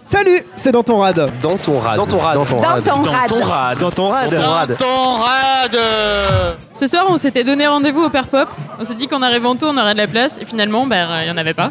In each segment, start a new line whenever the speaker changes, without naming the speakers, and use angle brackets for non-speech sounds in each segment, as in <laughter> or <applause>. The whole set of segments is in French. Salut, c'est dans ton rad.
Dans ton rad.
Dans ton rad.
Dans ton
Dans
rad.
ton rad.
rad.
Dans ton rad.
rad.
Ton rad
Ce soir, on s'était donné rendez-vous au Père Pop. On s'est dit qu'en arrivant tôt, on aurait de la place. Et finalement, ben, euh, il n'y en avait pas.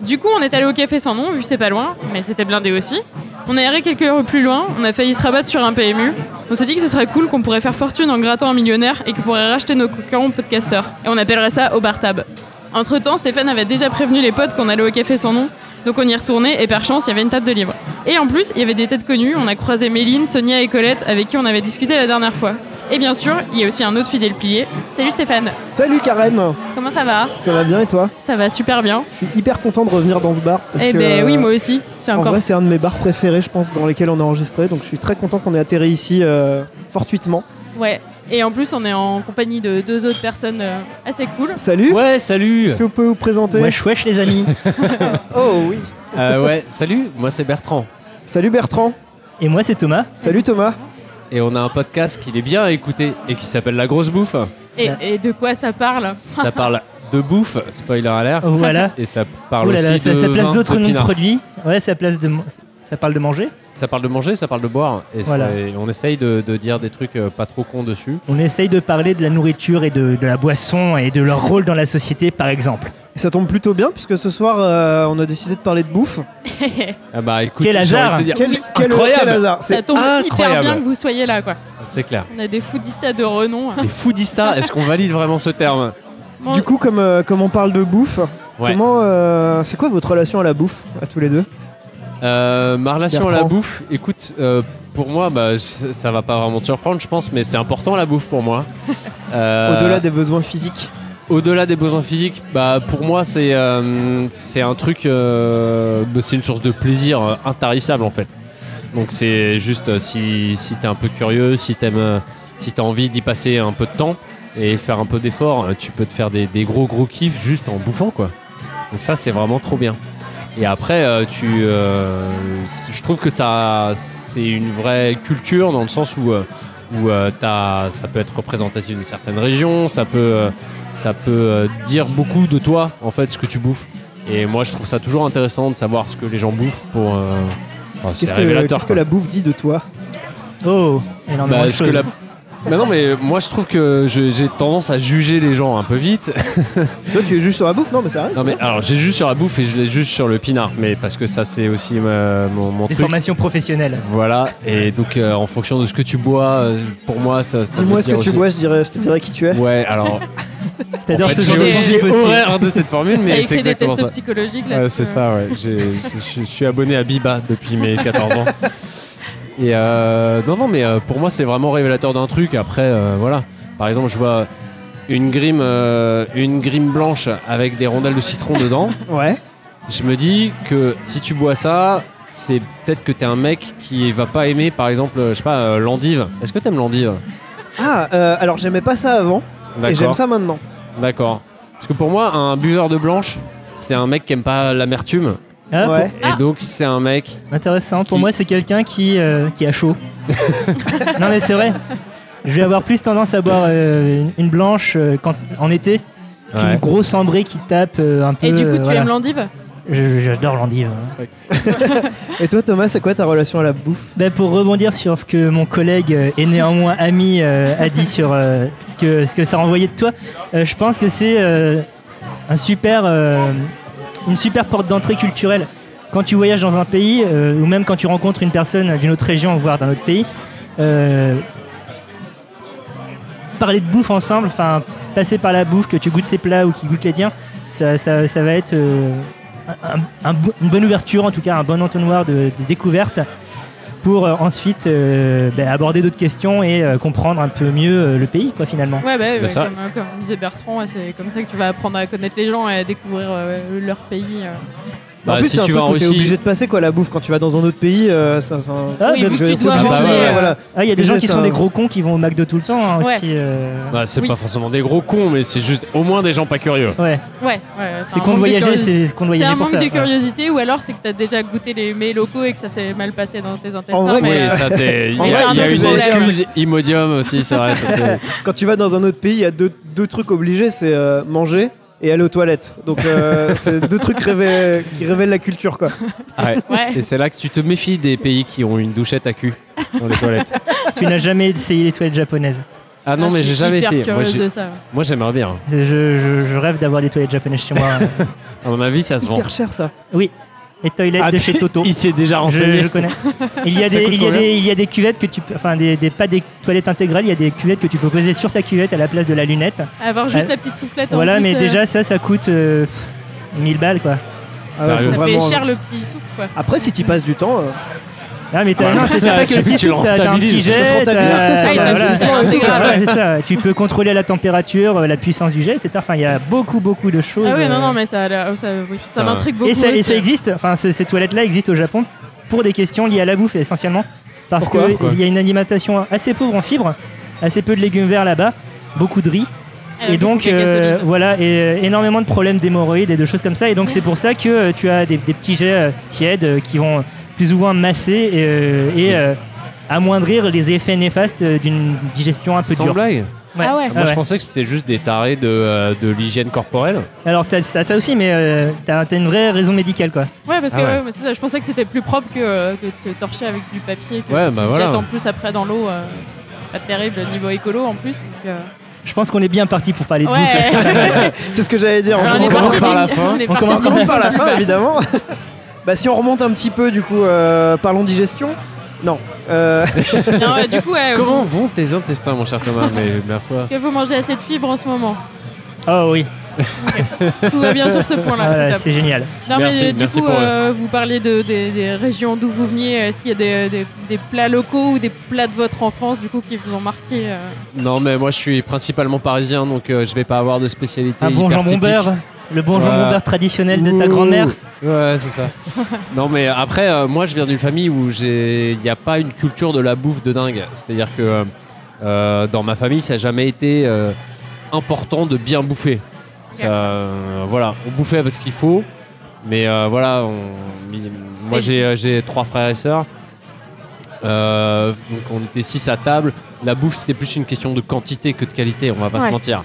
Du coup, on est allé au café sans nom, vu que c'est pas loin, mais c'était blindé aussi. On est allé quelques heures plus loin, on a failli se rabattre sur un PMU. On s'est dit que ce serait cool qu'on pourrait faire fortune en grattant un millionnaire et qu'on pourrait racheter nos concurrents podcasteurs. Et on appellerait ça au bar tab. Entre temps, Stéphane avait déjà prévenu les potes qu'on allait au café sans nom. Donc on y retournait et par chance, il y avait une table de libre. Et en plus, il y avait des têtes connues. On a croisé Méline, Sonia et Colette avec qui on avait discuté la dernière fois. Et bien sûr, il y a aussi un autre fidèle plié. Salut Stéphane,
Salut Karen,
comment ça va
ça va bien et toi
Ça va super bien.
Je suis hyper content de revenir dans ce bar. Parce
eh
que,
ben
euh,
oui, moi aussi. C'est
En
encore
vrai, c'est un de mes bars préférés, je pense, dans lesquels on a enregistré. Donc, je suis très content qu'on ait atterri ici euh, fortuitement.
Ouais, et en plus on est en compagnie de deux autres personnes euh, assez cool.
Salut.
Ouais, salut
Est-ce que vous pouvez vous présenter
Wesh, wesh, les amis
Oh oui.
Euh, ouais, salut, moi c'est Bertrand.
Salut Bertrand.
Et moi, c'est Thomas.
Salut Thomas.
Et on a un podcast qui est bien à écouter et qui s'appelle La Grosse Bouffe.
Et, et de quoi ça parle
Ça parle de bouffe, spoiler alert.
Voilà.
Et ça parle
Ouh là là,
aussi
ça,
de
ça place
vin,
d'autres
de
noms de
pinard.
produits. Ouais, ça place de, ça parle de manger.
Ça parle de manger, ça parle de boire. Et
Voilà.
c'est- on essaye de, de dire des trucs euh, pas trop cons dessus.
On essaye de parler de la nourriture et de, de la boisson et de leur rôle dans la société, par exemple.
Et ça tombe plutôt bien puisque ce soir, euh, on a décidé de parler de bouffe.
Ah bah écoute,
Quel
j'ai
hasard.
envie de te dire,
Quel,
c'est
quel-
incroyable.
quel hasard.
Ça
C'est-
tombe hyper
incroyable.
bien que vous soyez là quoi.
C'est clair.
On a des foodistas de renom. hein,
Les foodistas, est-ce qu'on valide vraiment ce terme
Bon,
Du coup, comme, euh, comme on parle de bouffe,
Ouais.
comment, euh, c'est quoi votre relation à la bouffe, à tous les deux
Euh, ma relation à la
Bertrand.
bouffe, écoute, euh, pour moi, bah, c- ça va pas vraiment te surprendre, je pense, mais c'est important la bouffe
<laughs>
pour moi. Euh,
Au-delà des besoins physiques.
au-delà des besoins physiques, bah, pour moi, c'est, euh, c'est un truc, euh, bah, c'est une source de plaisir euh, intarissable en fait. Donc c'est juste euh, si, si t'es un peu curieux, si t'aimes, euh, si t'as envie d'y passer un peu de temps et faire un peu d'effort, euh, tu peux te faire des, des gros gros kiffs juste en bouffant quoi. Donc ça c'est vraiment trop bien. Et après, euh, tu, euh, c- je trouve que ça, c'est une vraie culture dans le sens où, euh, où euh, t'as- ça peut être représentatif d'une certaine région, ça peut, euh, ça peut euh, dire beaucoup de toi en fait ce que tu bouffes. Et moi, je trouve ça toujours intéressant de savoir ce que les gens bouffent pour. euh, enfin, c'est
Qu'est-ce que,
révélateur.
qu'est-ce que
quoi.
la bouffe dit de toi
Oh, énormément
Bah,
de
est-ce que
choses.
la- Bah non, mais moi je trouve que je- j'ai tendance à juger les gens un peu vite.
Toi, tu es juste sur la bouffe, non Mais c'est vrai.
Non mais alors j'ai juste sur la bouffe et je l'ai juste sur le pinard, mais parce que ça c'est aussi ma- mon, mon
Des
truc.
formations professionnelles.
Voilà, et donc euh, en fonction de ce que tu bois, euh, pour moi, ça. ça
Dis-moi
veut
ce que
dire
tu
aussi-
bois, je, dirais, je te dirai qui tu es.
Ouais, alors.
T'adores
en fait,
ce genre
j'ai-
de
J'ai
choses aussi.
horreur de cette formule,
t'as
<laughs> mais c'est
écrit des
exactement
tests
ça.
psychologiques là.
Ouais,
parce
c'est
que-
ça, ouais. J'ai- Je je- je suis abonné à Biba depuis mes 14 ans. Et euh, non, non, mais euh, pour moi, c'est vraiment révélateur d'un truc. Après, euh, voilà. Par exemple, je vois une grime, euh, une grime blanche avec des rondelles de citron dedans.
Ouais.
Je me dis que si tu bois ça, c'est peut-être que t'es un mec qui va pas aimer, par exemple, euh, je sais pas, euh, l'endive. Est-ce que t'aimes l'endive
Ah, euh, alors j'aimais pas ça avant, et j'aime ça maintenant.
D'accord. Parce que pour moi, un buveur de blanche, c'est un mec qui aime pas l'amertume.
Ah,
ouais.
Et
Ah.
donc, c'est un mec.
pour- Intéressant. Pour
Qui-
moi, c'est quelqu'un qui, euh, qui
<laughs>
a chaud. non, mais c'est vrai. Je vais avoir plus tendance à boire euh, une- une blanche euh, quand, en été qu'une grosse ambrée qui tape euh, un peu.
Et du coup,
euh,
tu
voilà.
aimes l'endive
Je- je- J'adore l'endive.
Et toi, Thomas, c'est quoi ta relation à la bouffe
Ben, pour rebondir sur ce que mon collègue euh, et néanmoins ami euh, a dit sur euh, ce, que, ce que ça renvoyait de toi, euh, je pense que c'est euh, un super, euh, une super porte d'entrée culturelle. Quand tu voyages dans un pays, euh, ou même quand tu rencontres une personne d'une autre région, voire d'un autre pays, euh, parler de bouffe ensemble, enfin passer par la bouffe, que tu goûtes ses plats ou qu'il goûte les tiens, ça, ça- ça va être euh, un- un- un bo- une bonne ouverture, en tout cas un bon entonnoir de, de découverte pour euh, ensuite euh, ben, aborder d'autres questions et euh, comprendre un peu mieux euh, le pays, quoi, finalement.
Ouais, bah,
C'est
ouais,
ça.
comme, euh, comme disait Bertrand, ouais, c'est comme ça que tu vas apprendre à connaître les gens et à découvrir euh, leur pays. euh.
Bah,
En plus,
si
c'est un
tu vas
truc
en
où t'es
Russie-
obligé de passer quoi la bouffe quand tu vas dans un autre pays. euh, ça, ça-
Ah,
oui,
ben,
vu
je-
que tu dois
Ah, bah,
manger.
ouais,
euh,
voilà.
ah, il y a des
je
gens
sais,
qui
ça-
sont des gros cons qui vont au McDo tout le temps hein,
Ouais.
aussi. euh,
Bah, c'est
Oui.
pas forcément des gros cons, mais c'est juste au moins des gens pas curieux.
Ouais,
Ouais, ouais,
c'est
un
qu'on
manque de
voyageait,
curiosité.
c'est qu'on
C'est
voyageait
un
pour
manque
ça.
de
ouais.
curiosité ou alors c'est que t'as déjà goûté les mets locaux et que ça s'est mal passé dans tes intestins.
vrai,
mais,
oui,
euh,
ça
<laughs>
c'est. Il y
Mais c'est
a,
un
il y a
autre
une
problème.
excuse Imodium aussi, c'est vrai. ça, c'est-
Quand tu vas dans un autre pays, il y a deux, deux trucs obligés c'est euh, manger et aller aux toilettes. Donc
<laughs>
euh, c'est deux trucs révé- qui révèlent la culture quoi.
Ouais.
<laughs> Ouais.
Et c'est là que tu te méfies des pays qui ont une douchette à cul dans les toilettes.
Tu n'as jamais essayé les toilettes japonaises.
Ah non, mais
je
j'ai
suis
jamais
hyper
essayé. Moi,
curieuse
j'ai-
de ça.
Moi, j'aimerais bien.
Je, je- je rêve d'avoir des toilettes japonaises chez moi. hein.
À mon avis, ça se vend.
Hyper cher ça.
les toilettes de chez Ah, Toto.
<laughs> Il s'est déjà
Je,
renseigné.
je connais. Il y, a
Ça
des,
coûte
il, y a
combien
des, il y a des cuvettes que tu peux. Enfin, des, des- pas des toilettes intégrales, il y a des cuvettes que tu peux poser sur ta cuvette à la place de la lunette.
Avoir juste
Ouais.
la petite soufflette en
voilà,
plus,
mais
euh,
déjà, ça, ça coûte euh, 1000 balles quoi.
Ah ouais,
Sérieux
faut
Ça
vraiment-
fait cher le petit souffle quoi.
Après si tu passes du temps, euh,
Ah, mais t'as
Ouais, <laughs>
non, c'est- t'as
ouais,
pas que
tu-
le petit
tu le
truc, t'as t'as un petit
rentabilises.
Ça
jet.
se rentabilise,
t'as-
t'as-
Ah, il
t'as-
t'a
voilà.
aussi soin intégral.
Ouais, c'est ça. Tu peux contrôler la température, euh, la puissance du jet, etc. Enfin, il y a beaucoup, beaucoup de choses.
Ah oui, non,
euh,
non, mais ça, a l'air- oh, ça, oui, ça
Ça-
m'intrigue beaucoup.
Et ça, et
aussi. euh,
ça existe, enfin ce- ces toilettes-là existent au Japon pour des questions liées à la bouffe essentiellement. Parce
Pourquoi
Pourquoi
qu'il y a une alimentation assez pauvre en fibres, assez peu de légumes verts là-bas, beaucoup de riz.
Ah,
et
beaucoup
donc
de caca
euh,
solide.
voilà, et euh, énormément de problèmes d'hémorroïdes et de choses comme ça. Et donc c'est pour ça que euh, tu as des, des petits jets euh, tièdes euh, qui vont plus ou moins masser et, euh, et, euh, amoindrir les effets néfastes euh, d'une digestion un peu
Sans
dure.
blague.
Ouais.
Ah ouais.
Moi,
ouais.
je pensais que c'était juste des tarés de, euh, de l'hygiène corporelle.
Alors t'as t'as ça aussi, mais euh, t'as t'as une vraie raison médicale quoi.
Ouais, parce que
Ah ouais.
ouais, mais c'est ça, je pensais que c'était plus propre que euh, de se torcher avec du papier. Que
Ouais,
tu
bah
te
voilà.
jettes en plus après dans l'eau. euh, pas terrible niveau écolo en plus. donc, euh,
Je pense qu'on est bien parti pour parler de bouffe. là.
Ouais. <laughs>
c'est ce que j'allais dire.
Alors,
on,
est
commence
parti
par
d'une-
la
on est
On
parti
On
commence
d'une-
commence par la fin,
<laughs>
évidemment. bah, si on remonte un petit peu, du coup, euh, parlons digestion. Non.
<laughs>
Euh,
Non, ouais, du coup, ouais,
Comment vont tes intestins, mon cher Thomas Mais ma foi.
Est-ce que vous mangez assez de fibres en ce moment
Oh oui,
Tout va bien sur ce point-là.
Voilà,
c'est top.
c'est génial.
Non,
Ah, Merci,
mais euh, du
merci
coup,
pour,
euh, vous parliez de, des, des régions d'où vous veniez. Est-ce qu'il y a des, euh, des- des plats locaux ou des plats de votre enfance du coup qui vous ont marqué euh
Non, mais moi, je suis principalement parisien, donc euh, je vais pas avoir de spécialité.
Un bon
hyper
jambon
typique.
beurre, le bon
Voilà.
jambon beurre traditionnel de ta
Ouh.
grand-mère.
Ouais, c'est ça. non, mais après, euh, moi, je viens d'une famille où j'ai- il n'y a pas une culture de la bouffe de dingue. C'est-à-dire que euh, euh, dans ma famille, ça n'a jamais été euh, important de bien bouffer. Ça, euh, voilà, on bouffait parce qu'il faut. Mais euh, voilà, on- mi- moi, j'ai euh, j'ai trois frères et sœurs. Euh, donc on était six à table. La bouffe c'était plus une question de quantité que de qualité, on va pas
Ouais.
se mentir.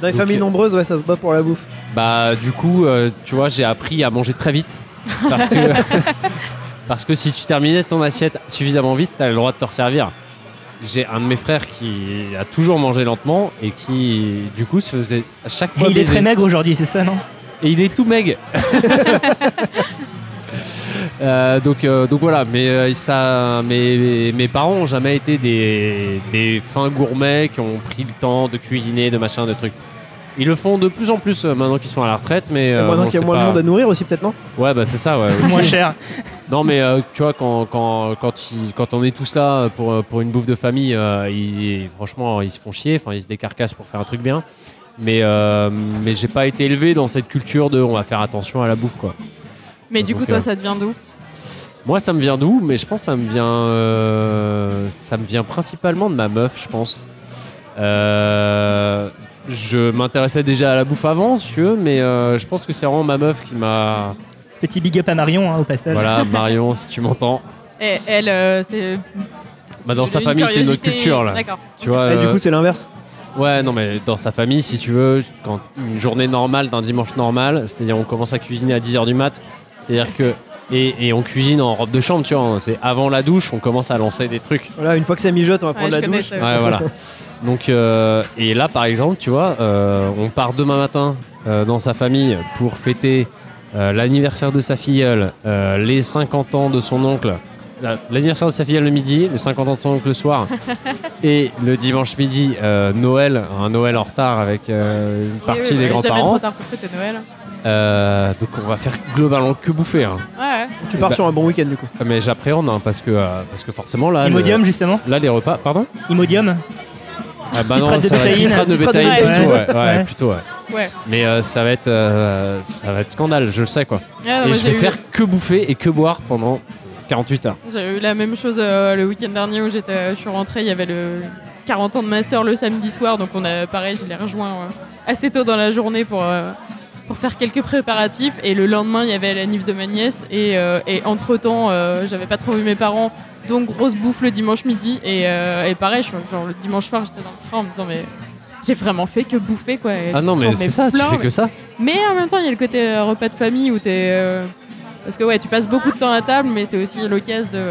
dans les
Ok.
familles nombreuses, ouais, ça se bat pour la bouffe.
Bah du coup, euh, tu vois, j'ai appris à manger très vite. Parce que, <laughs> parce que si tu terminais ton assiette suffisamment vite, t'as le droit de te resservir. J'ai un de mes frères qui a toujours mangé lentement et qui, du coup, se faisait à chaque
Et
fois
il est
baiser.
très maigre aujourd'hui, c'est
<laughs>
ça, non
Et il est tout meg. Euh, donc, euh, donc voilà, mais euh, ça, mes, mes parents ont jamais été des, des fins gourmets qui ont pris le temps de cuisiner, de machin, de trucs. Ils le font de plus en plus euh, maintenant qu'ils sont à la retraite, mais euh,
maintenant
bon,
qu'il y a
c'est
moins de
pas-
monde à nourrir aussi, peut-être, non
Ouais, bah c'est
<laughs>
ça. Ouais, aussi.
Moins cher.
non, mais euh, tu vois, quand, quand, quand, ils- quand on est tous là pour, euh, pour une bouffe de famille, euh, ils- franchement, ils se font chier, enfin, ils se décarcassent pour faire un truc bien. Mais, euh, mais j'ai pas été élevé dans cette culture de on va faire attention à la bouffe, quoi.
Mais du
Donc,
coup, toi,
euh,
ça devient d'où
Moi, ça me vient d'où Mais je pense que ça me vient, euh, ça me vient principalement de ma meuf, je pense. Euh, je m'intéressais déjà à la bouffe avant, si tu veux, mais euh, je pense que c'est vraiment ma meuf qui m'a.
Petit big up à Marion, hein, au passage.
Voilà, Marion, si tu m'entends.
Et Elle, euh, c'est.
Bah, dans sa
une
famille, c'est notre
curiosité.
culture, là.
D'accord.
Tu vois,
Et Du
euh,
coup, c'est l'inverse.
ouais, non, mais dans sa famille, si tu veux, quand une journée normale d'un dimanche normal, c'est-à-dire on commence à cuisiner à 10h du mat, c'est-à-dire que. Et, et on cuisine en robe de chambre, tu vois, c'est avant la douche, on commence à lancer des trucs.
Voilà, une fois que ça mijote, on va prendre
je
la
connais
douche.
ça,
Ouais, voilà. Donc, euh, et là, par exemple, tu vois, euh, on part demain matin euh, dans sa famille pour fêter euh, l'anniversaire de sa filleule, euh, les 50 ans de son oncle, la- l'anniversaire de sa filleule le midi, les 50 ans de son oncle le
<laughs>
soir, et le dimanche midi, euh, Noël, un Noël en retard avec euh, une
Oui, bah
partie
oui,
des
ouais, Jamais
grands-parents.
trop tard pour fêter Noël.
Euh, donc, on va faire globalement que bouffer. hein.
Ouais, ouais.
<laughs> Tu pars
Bah-
sur un bon week-end, du coup.
Mais j'appréhende hein, parce, que, euh, parce que forcément, là, le-
Imodium, justement.
là les repas. Pardon
Imodium.
Ah bah
Citrate
non,
de
ça va être
bétaïne.
citrate de
Citrate de bétaïne,
bétaïne plutôt,
ouais.
ouais, ouais,
Ouais.
plutôt, ouais.
Ouais.
Mais euh, ça va être euh, ça va être scandale, je le sais quoi.
Ah, non,
et
moi,
je
j'ai
vais
eu-
faire que bouffer et que boire pendant 48 heures.
J'ai eu la même chose euh, le week-end dernier où j'étais, euh, je suis rentrée, il y avait le 40 ans de ma sœur le samedi soir, donc on a pareil, je l'ai rejoint euh, assez tôt dans la journée pour, euh, pour faire quelques préparatifs. Et le lendemain, il y avait la nif de ma nièce et, euh, et entre temps, j'avais pas trop vu mes parents, donc grosse bouffe le dimanche midi. Et, euh, et pareil, je- genre, le dimanche soir, j'étais dans le train en me disant mais j'ai vraiment fait que bouffer quoi. Et
Ah non,
j'en
mais
mets
c'est ça,
plein,
tu fais
mais-
que ça.
Mais en même temps, il y a le côté euh, repas de famille où t'es. euh, Parce que ouais, tu passes beaucoup de temps à table, mais c'est aussi l'occasion de.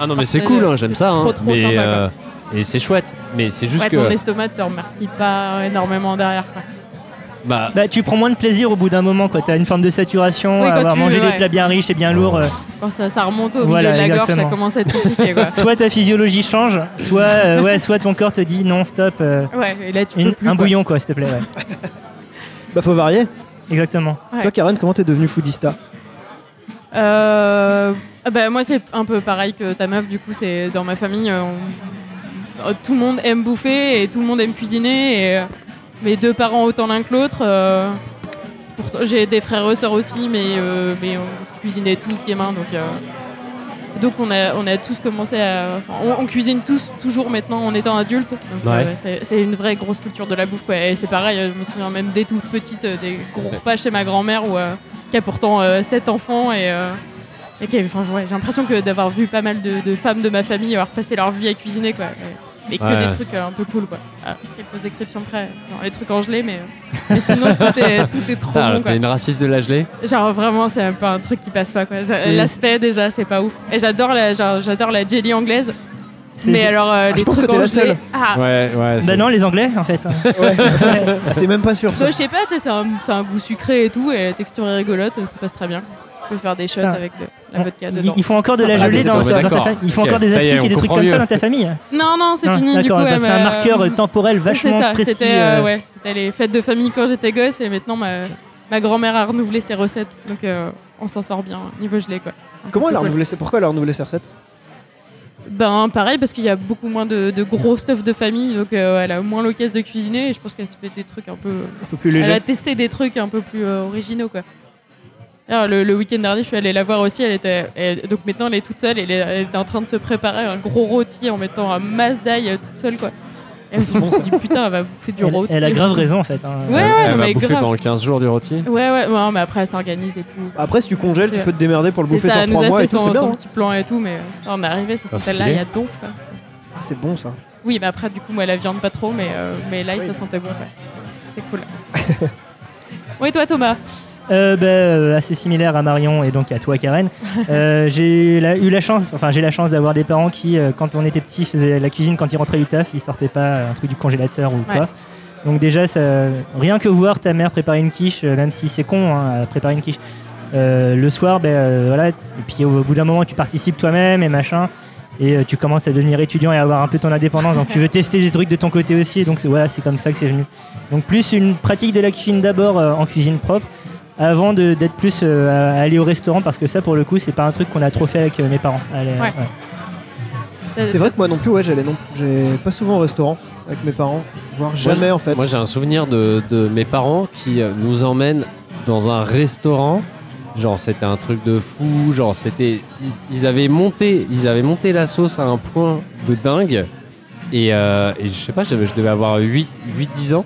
Ah non, mais c'est
C'est-
cool, hein, j'aime ça. hein.
trop, trop
mais,
sympa,
euh, et c'est chouette. Mais c'est juste
Ouais,
que.
ton estomac te remercie pas énormément derrière. Quoi.
Bah,
Bah, tu prends moins de plaisir au bout d'un moment, quoi. T'as une forme de saturation,
Oui, quand
avoir
tu-
mangé
ouais.
des plats bien riches et bien lourds.
<laughs>
euh,
Quand ça, ça remonte au
Voilà,
milieu de la gorge,
exactement.
ça commence à être compliqué.
<laughs>
Quoi.
Soit ta physiologie change, soit, euh, ouais, soit ton corps te dit non, stop, euh,
ouais, et là tu
une-
peux plus.
un
quoi.
bouillon, quoi, s'il te plaît. ouais.
Bah, faut varier.
Exactement.
Ouais.
Toi, Karen, comment t'es devenue
<laughs>
foodista
Euh, ah bah, moi, c'est un peu pareil que ta meuf. Du coup, c'est dans ma famille, euh, on- euh, tout le monde aime bouffer et tout le monde aime cuisiner. Et euh, mes deux parents autant l'un que l'autre. euh, pourtant, j'ai des frères et sœurs aussi, mais euh, mais on cuisinait tous gamins, donc. euh, donc on a, on a tous commencé à... enfin, on, on cuisine tous, toujours maintenant, en étant adulte. Donc,
Ouais.
euh, c'est- c'est une vraie grosse culture de la bouffe. Quoi. Et c'est pareil, euh, je me souviens même dès toute petite, euh, des gros repas chez ma grand-mère où, euh, qui a pourtant 7 enfants et... euh, et qui avait- enfin, ouais, j'ai l'impression que d'avoir vu pas mal de, de femmes de ma famille avoir passé leur vie à cuisiner, quoi. Mais que
Ouais.
des trucs euh, un peu cool, quoi. À quelques exceptions près. Genre, les trucs en gelée, mais, euh, mais sinon, tout est, tout est trop
putain,
bon, quoi.
ah, t'es une raciste de la gelée.
Genre vraiment, c'est même pas un truc qui passe pas quoi. J'a-
C'est-
L'aspect déjà, c'est pas ouf. Et j'adore la, genre, j'adore la jelly anglaise.
C'est-
Mais
c'est-
alors euh, les
je pense
trucs
que t'es
en
la
gelée-
seule.
Ah,
Ouais, ouais.
Bah
c'est-
non, les Anglais, en fait. hein.
<laughs> Ah, C'est même pas sûr,
toi,
ça.
bah, je sais pas, tu sais, c'est un, c'est un goût sucré et tout, et la texture est rigolote, ça passe très bien. Tu peux faire des shots
Putain.
avec de la vodka
ils,
dedans.
ils font encore de
Ah,
la
mais
gelée
c'est
dans,
pas-
dans
ouais,
ta
d'accord.
famille. Ils font
Ok,
encore des
ça y est,
aspics et
on
des trucs
comprend
comme ça
mieux.
dans ta famille.
Non, non, c'est
Ah,
fini du coup.
d'accord, bah,
ouais,
c'est
mais,
un
euh,
marqueur
<laughs>
euh, temporel vachement
C'est ça,
précis.
c'était
euh,
euh, ouais, c'était les fêtes de famille quand j'étais gosse, et maintenant ma, ma grand-mère a renouvelé ses recettes, donc euh, on s'en sort bien, niveau gelée quoi.
Comment elle a
Cool.
renouvelé ses- Pourquoi elle a renouvelé ses recettes
Ben pareil parce qu'il y a beaucoup moins de, de gros stuff de famille donc euh, elle a moins l'occasion de cuisiner et je pense qu'elle se fait des trucs un peu...
Un peu plus
Elle a
léger.
testé des trucs un peu plus euh, originaux quoi. Alors, le, le week-end dernier je suis allée la voir aussi, elle était... elle- donc maintenant elle est toute seule, elle, est- elle était en train de se préparer un gros rôti en mettant un masse d'ail euh, toute seule quoi. Et je me suis dit putain elle va bouffer du
Elle,
rôti.
elle a grave raison, en fait. hein.
Ouais, ouais,
Elle
non,
va
mais
bouffer
grave.
pendant 15 jours du rôti.
Ouais ouais, ouais, mais après elle s'organise et tout.
Après, si tu congèles, tu
C'est-
peux te démerder pour le
C'est
bouffer
ça,
sur
elle nous
3
a
mois
fait
et tout,
son,
c'est bien.
son
hein.
petit plan et tout mais euh, on est arrivé, ça
Ah,
sentait là il y a
stylé.
donf quoi.
Ah, C'est bon, ça.
Oui, mais après, du coup, moi, la viande, pas trop, mais, euh, mais l'ail,
Oui.
ça sentait bon. ouais. C'était cool. oui, toi, Thomas
Euh, bah, euh, assez similaire à Marion et donc à toi Karen. Euh, j'ai la- eu la chance, enfin j'ai la chance d'avoir des parents qui, euh, quand on était petit, faisaient la cuisine quand ils rentraient du taf, ils sortaient pas euh, un truc du congélateur ou
Ouais.
quoi. Donc déjà, ça, rien que voir ta mère préparer une quiche, euh, même si c'est con, hein, à préparer une quiche. euh, le soir, ben euh, voilà, et puis au bout d'un moment, tu participes toi-même et machin, et euh, tu commences à devenir étudiant et à avoir un peu ton indépendance. Donc tu veux tester des trucs de ton côté aussi. Donc c'est- voilà, c'est comme ça que c'est venu. Donc plus une pratique de la cuisine d'abord euh, en cuisine propre avant de- d'être plus euh, à aller au restaurant parce que ça pour le coup c'est pas un truc qu'on a trop fait avec euh, mes parents. Allez, euh,
Ouais.
C'est vrai que moi non plus, ouais, j'allais non. J'ai pas souvent au restaurant avec mes parents, voire jamais en fait.
Moi, j'ai un souvenir de, de mes parents qui euh, nous emmènent dans un restaurant. Genre, c'était un truc de fou. Genre, c'était. Ils, ils avaient monté, ils avaient monté la sauce à un point de dingue. Et, euh, et je sais pas, j'avais- je devais avoir 8-10 ans.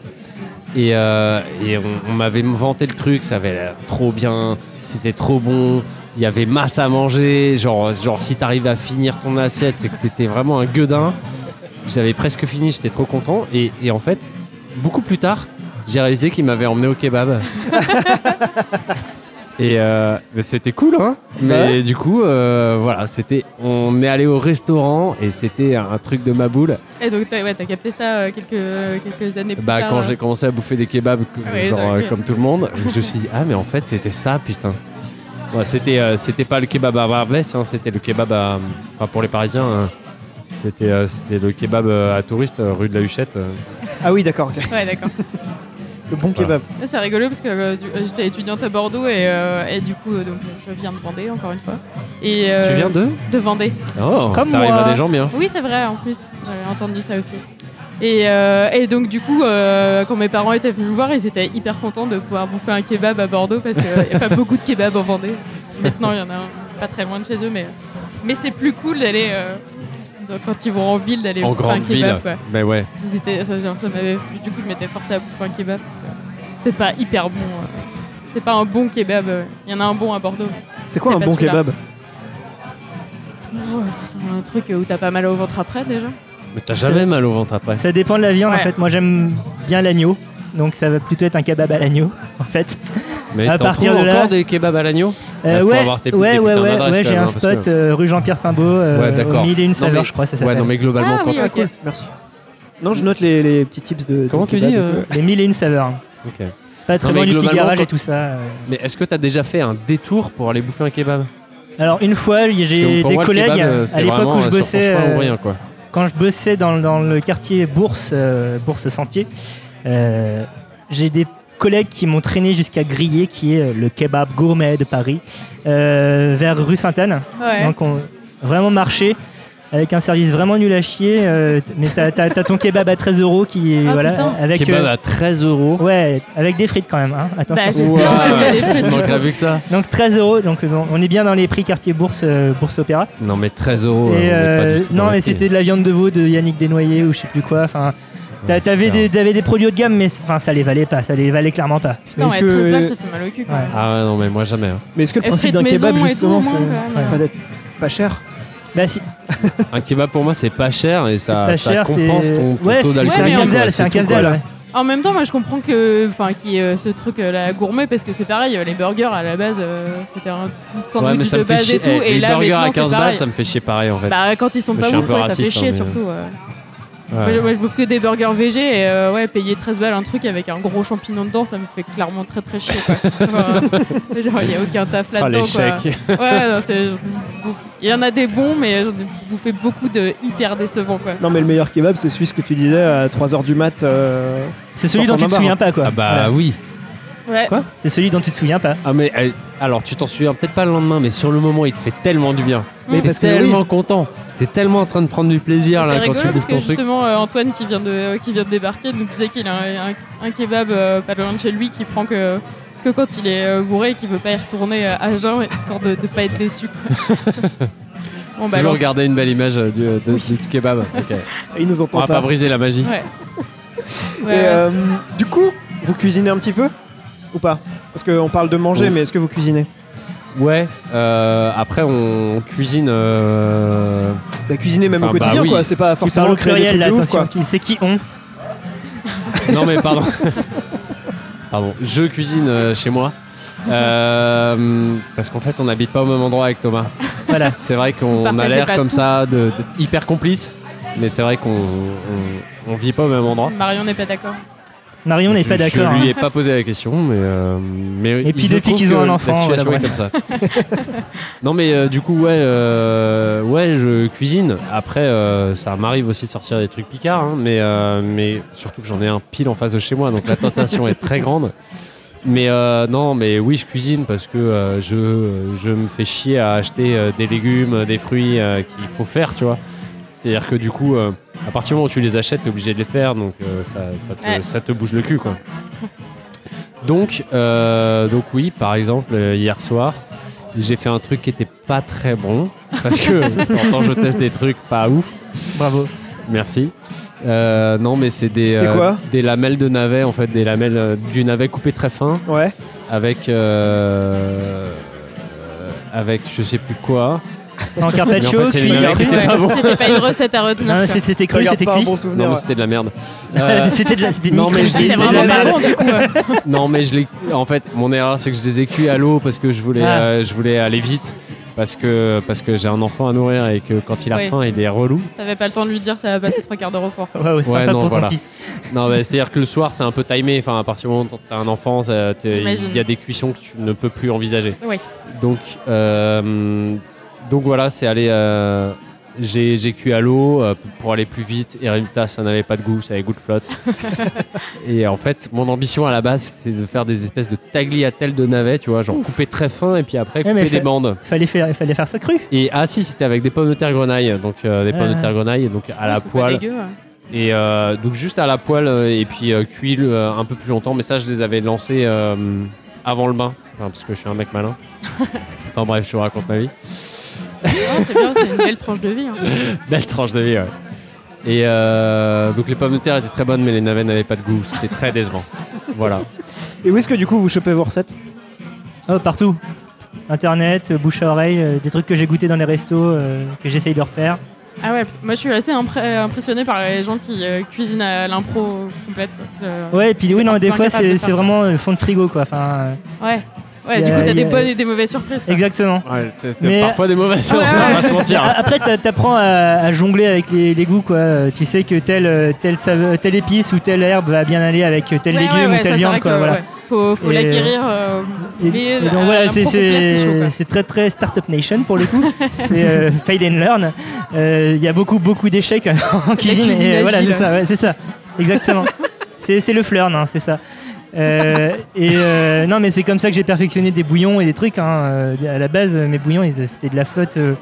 Et, euh, et on, on m'avait vanté le truc, ça avait l'air trop bien, c'était trop bon, il y avait masse à manger. Genre, genre si t'arrives à finir ton assiette, c'est que t'étais vraiment un gueudin. J'avais presque fini, j'étais trop content. Et, et en fait, beaucoup plus tard, j'ai réalisé qu'il m'avait emmené au kebab. Et euh, mais c'était cool, hein Mais
Ouais.
du coup, euh, voilà, c'était. On est allé au restaurant et c'était un truc de ma boule.
Et donc, t'as ouais, t'as capté ça euh, quelques, quelques années plus
Bah,
tard.
quand
euh.
j'ai commencé à bouffer des kebabs,
Ah ouais,
genre
d'accord.
euh, comme tout le monde, je me suis dit, ah, mais en fait, c'était ça, putain. Ouais, c'était, euh, c'était pas le kebab à Barbès, hein, c'était le kebab à. Enfin, pour les Parisiens, hein, c'était, euh, c'était le kebab euh, à touristes euh, rue de la Huchette. euh.
Ah oui, d'accord, ok.
Ouais, d'accord.
le bon
Voilà.
kebab.
Ça, C'est rigolo parce que euh, du- euh, j'étais étudiante à Bordeaux et, euh, et du coup, euh, donc, je viens de Vendée, encore une fois. Et, euh,
Tu viens de
De Vendée.
Oh,
Comme
ça arrive
moi.
à des gens bien.
Oui, c'est vrai, en plus. J'avais entendu ça aussi. Et, euh, et donc, du coup, euh, quand mes parents étaient venus me voir, ils étaient hyper contents de pouvoir bouffer un kebab à Bordeaux parce qu'il n'y a pas beaucoup de kebabs en Vendée. Maintenant, il y en a un pas très loin de chez eux, mais, mais c'est plus cool d'aller. euh, dans- quand ils vont en ville, d'aller
En
bouffer un
grande ville.
kebab. Quoi.
Ben ouais.
Ils étaient- ça, genre, ça m'avait- du coup, je m'étais forcée à bouffer un kebab parce que c'était pas hyper bon. euh. C'était pas un bon kebab. euh. Il y en a un bon à Bordeaux.
C'est quoi
C'est
un
pas
bon
celui-là.
kebab
Ouais, c'est un truc où t'as pas mal au ventre après déjà.
Mais t'as jamais mal au ventre après.
Ça dépend de la viande
Ouais.
en fait. Moi j'aime bien l'agneau. Donc ça va plutôt être un kebab à l'agneau, <laughs> en fait.
Mais
À
t'en
partir
trouves
de là-
encore des kebabs à l'agneau
Euh,
Faut
ouais,
avoir tes-
ouais,
tes
ouais,
putains
ouais,
d'adresses,
ouais,
quand
j'ai
même,
un
hein, parce
spot euh, rue Jean-Pierre Timbaud, euh,
Ouais,
au
d'accord.
mille et une
Non,
saveurs,
mais-
je crois, ça
Ouais,
s'appelle.
non, mais globalement,
Ah
quand-
oui, ok.
Merci. Non, je note les, les petits tips de. de
Comment tu
kebab
dis,
et tout.
euh,
Les mille et une saveurs.
Ok.
Pas très
Non, mais
loin du petit
globalement,
garage
quand-
et tout ça. euh.
Mais est-ce que t'as déjà fait un détour pour aller bouffer un kebab
Alors une fois,
Parce
j'ai
que pour
des
moi, le
collègues
kebab, euh, c'est
à l'époque
vraiment,
où je
euh, sur
bossais,
franchement
euh,
ou rien, quoi.
quand je bossais dans, dans le quartier Bourse, euh, Bourse Sentier. euh, j'ai des collègues qui m'ont traîné jusqu'à Grillé, qui est euh, le kebab gourmet de Paris, euh, vers rue Sainte-Anne.
Ouais.
Donc on vraiment marché avec un service vraiment nul à chier. euh, t- mais t'as t'as- t'as ton kebab à 13 euros qui est
Ah,
voilà
putain.
avec
Kebab
euh,
à 13 euros.
ouais avec des frites quand même. hein, attention.
Bah, j'espère que tu as des frites.
On manquera vu que ça.
donc 13 euros. Donc bon, on est bien dans les prix quartier bourse euh, bourse opéra.
Non, mais 13 euros. euh, on est
et
pas
euh,
du tout dans
non
les
et
prix.
c'était de la viande de veau de Yannick Desnoyers ou je sais plus quoi. Enfin t'a-
Ouais,
t'avais
super.
des t'avais des produits haut de gamme mais c'est- enfin ça les valait pas, ça les valait clairement pas.
Putain,
Est-ce
ouais,
que-
13 balles, ça fait mal au cul. quand
Ouais.
même.
Ah ouais, non, mais moi jamais. hein.
Mais est-ce que le
Et
principe
frites
d'un
maison
kebab,
et tout,
justement,
au
c'est
moins, quand même.
pas d'être pas cher
Bah si,
Un kebab pour moi, c'est pas cher et ça,
pas
ça
cher, c'est
compense ton, ton
ouais,
taux
c'est
d'alcool.
c'est un
mais en
quoi,
casse-dalle, c'est un
tout, quoi.
casse-dalle.
quoi.
ouais.
En même temps, moi je comprends que, enfin, qu'il y ait euh, ce truc euh, la gourmet parce que c'est pareil, euh, les burgers à la base euh, c'était un
Ouais, mais
sandwich
ça
de
me fait
base et
chier.
tout,
Eh,
et
les
là
burgers
maintenant
à
c'est
15 balles,
pareil.
ça me fait chier pareil en fait.
Bah quand ils sont
Mais
pas
je suis un
ouf,
peu
ouais, ça
raciste,
fait
hein,
chier
mais-
surtout. ouais.
Ouais.
Moi, je, moi, je bouffe que des burgers VG et euh, ouais payer 13 balles un truc avec un gros champignon dedans, ça me fait clairement très très chier
<laughs>
quoi. Enfin, euh, genre il y a aucun taf
Ah,
là-dedans quoi.
l'échec.
Ouais, non, c'est- il y en a des bons mais j'en ai bouffé beaucoup de hyper décevants quoi.
Non, mais le meilleur kebab, c'est celui ce que tu disais à 3h du mat. euh,
C'est celui
Sortant
dont tu
d'un
te
bar,
souviens pas quoi.
Ah bah
Voilà.
oui.
Ouais.
Quoi C'est celui dont tu te souviens pas.
Ah mais euh, alors tu t'en souviens peut-être pas le lendemain, mais sur le moment il te fait tellement du bien.
Mais
T'es
parce que
tellement
oui.
content. T'es tellement en train de prendre du plaisir
C'est
là quand
rigolo
tu
parce
bouffes
que
ton truc.
justement euh, Antoine qui vient de euh, qui vient de débarquer nous disait qu'il a un, un- un kebab euh, pas loin de chez lui qui prend que que quand il est euh, bourré et qu'il veut pas y retourner euh, à jeun histoire de, de pas être déçu.
<laughs>
quoi. bon bah
Toujours
lance-
garder une belle image euh, du, euh, de- du kebab. Ok.
et il nous
On
entend
va Ah, pas briser la magie.
ouais.
Et,
Ouais,
euh, du coup, vous cuisinez un petit peu Ou pas Parce qu'on parle de manger,
Oui.
mais est-ce que vous cuisinez
Ouais. euh, après on cuisine. euh,
Bah, cuisiner même
Enfin,
au
bah
quotidien,
oui.
quoi. C'est pas
Tu parles
forcément
au
créer des
pluriel
trucs
là,
de ouf,
attention.
quoi.
Tu sais qui on
Non mais
<laughs>
pardon. pardon. Je cuisine euh, chez moi. Euh, parce qu'en fait on n'habite pas au même endroit avec Thomas.
Voilà.
C'est vrai qu'on a
partagez
l'air
pas
comme
tout.
ça de, d'être hyper complices, mais c'est vrai qu'on on, on vit pas au même endroit.
Marion n'est pas d'accord.
Marion n'est
Je-
pas d'accord.
Je lui
hein.
ai pas posé la question, mais. euh, mais
Et puis
il se
depuis
trouve
qu'ils ont
que
un enfant,
La situation
voilà,
est comme
<laughs>
ça. <laughs> non, mais euh, du coup, ouais, euh, ouais, je cuisine. Après, euh, ça m'arrive aussi de sortir des trucs picards, hein, mais, euh, mais surtout que j'en ai un pile en face de chez moi, donc la tentation est très grande. Mais euh, non, mais oui, je cuisine parce que euh, je, je me fais chier à acheter euh, des légumes, euh, des fruits euh, qu'il faut faire, tu vois. C'est-à-dire que du coup, euh, à partir du moment où tu les achètes, t'es obligé de les faire, donc euh, ça, ça te,
Ouais.
ça te bouge le cul, quoi. Donc, euh, donc oui, par exemple, euh, hier soir, j'ai fait un truc qui était pas très bon parce que de temps en temps, je teste des trucs pas ouf.
hein.
<laughs>
Bravo.
Merci. Euh, non, mais c'est des
C'était quoi
des lamelles de navet en fait, des lamelles euh, du navet coupé très fin
Ouais.
avec euh, avec je sais plus quoi.
En
Mais en
carpaccio,
fait, c'est
cuit.
les mêmes
en cru.
<laughs>
C'était pas bon.
C'était pas une recette à
<laughs>
retenir.
Non,
quoi.
c'est- C'était cru,
Regarde
c'était
pas un
cuit.
bon
Non,
souvenir.
mais
ouais.
c'était de la merde. Euh,
<laughs> C'était de la c'était
Non, mais
micro-
je
Ah, c'est
c'était de la
vraiment pas
merde.
bon du coup. ouais.
non, mais je l'ai. En fait, mon erreur, c'est que je les ai cuits à l'eau parce que je voulais,
Ah.
euh, je voulais aller vite. Parce que, parce que j'ai un enfant à nourrir et que quand il a
Oui.
faim, il est relou.
T'avais pas le temps de lui dire ça va passer trois quarts d'heure au four.
Waouh, sympa
Ouais, non,
pour ton
voilà.
fils.
Non, mais c'est-à-dire que le soir, c'est un peu timé. Enfin, à partir du moment où t'as un enfant, ça- t'es-
J'imagine.
il y a des cuissons que tu ne peux plus envisager.
Oui.
Donc, euh, donc voilà, c'est aller. euh, j'ai j'ai cuit à l'eau euh, pour aller plus vite et résultat, ça n'avait pas de goût, ça avait goût de
<laughs>
flotte. et en fait, mon ambition à la base, c'était de faire des espèces de tagliatelles de navets, tu vois, genre couper très fin et puis après
Eh,
couper
mais
des
fait-
bandes.
Fallait faire, fallait faire ça cru.
Et ah si, c'était avec des pommes de terre grenaille, donc euh, des pommes
Ah.
de terre grenaille, donc à la
C'est pas
poêle.
dégueu, hein.
Et euh, donc juste à la poêle euh, et puis euh, cuit le- euh, un peu plus longtemps. Mais ça, je les avais lancés euh, avant le bain, Enfin, parce que je suis un mec malin. enfin bref, je vous raconte ma vie.
Non, c'est bien, c'est une belle tranche de vie. hein.
Belle tranche de vie, ouais. Et euh, donc les pommes de terre étaient très bonnes, mais les navets n'avaient pas de goût. C'était très décevant. voilà.
Et où est-ce que du coup vous chopez vos recettes
Oh, partout. Internet, euh, bouche à oreille, euh, des trucs que j'ai goûté dans les restos, euh, que j'essaye de refaire.
Ah ouais, putain, moi je suis assez impré- impressionnée par les gens qui euh, cuisinent à l'impro complète. Quoi. Je-
Ouais, et puis oui,
T'es
non,
pas-
des
t'es
fois,
incapable de
c'est
faire
c'est
ça.
vraiment euh, fond de frigo, quoi. Enfin, euh,
Ouais, ouais
Y a-
du coup t'as
y
des
a-
bonnes et des mauvaises surprises. quoi.
exactement.
Ouais, t'es- t'es
Mais-
Parfois des mauvaises,
Ah ouais,
on
ouais,
va pas se mentir. hein.
A- Après, t'a- t'apprends à, à jongler avec les, les goûts, quoi. Euh, Tu sais que telle, euh, telle, save- telle épice ou telle herbe va bien aller avec euh, tel
Ouais, ouais,
légume
ouais,
ou
ça,
telle
c'est vrai
viande, quoi.
que,
voilà.
ouais, Faut, faut
Et-
l'acquérir. euh,
Et-
mais,
et
euh,
donc
à
voilà,
l'impro
c'est-
complète, c'est chaud, quoi.
c'est c'est très très Startup Nation pour le
<laughs>
coup. c'est euh, fail and learn. Euh, Il y a beaucoup beaucoup d'échecs euh, en
C'est de la
cuisine.
cuisine
et, euh, voilà,
agile.
c'est ça, ouais, c'est ça, exactement. c'est c'est le flirn, hein, c'est ça. Euh, et euh, non, mais c'est comme ça que j'ai perfectionné des bouillons et des trucs. hein. Euh, À la base, mes bouillons, ils- c'était de la flotte euh,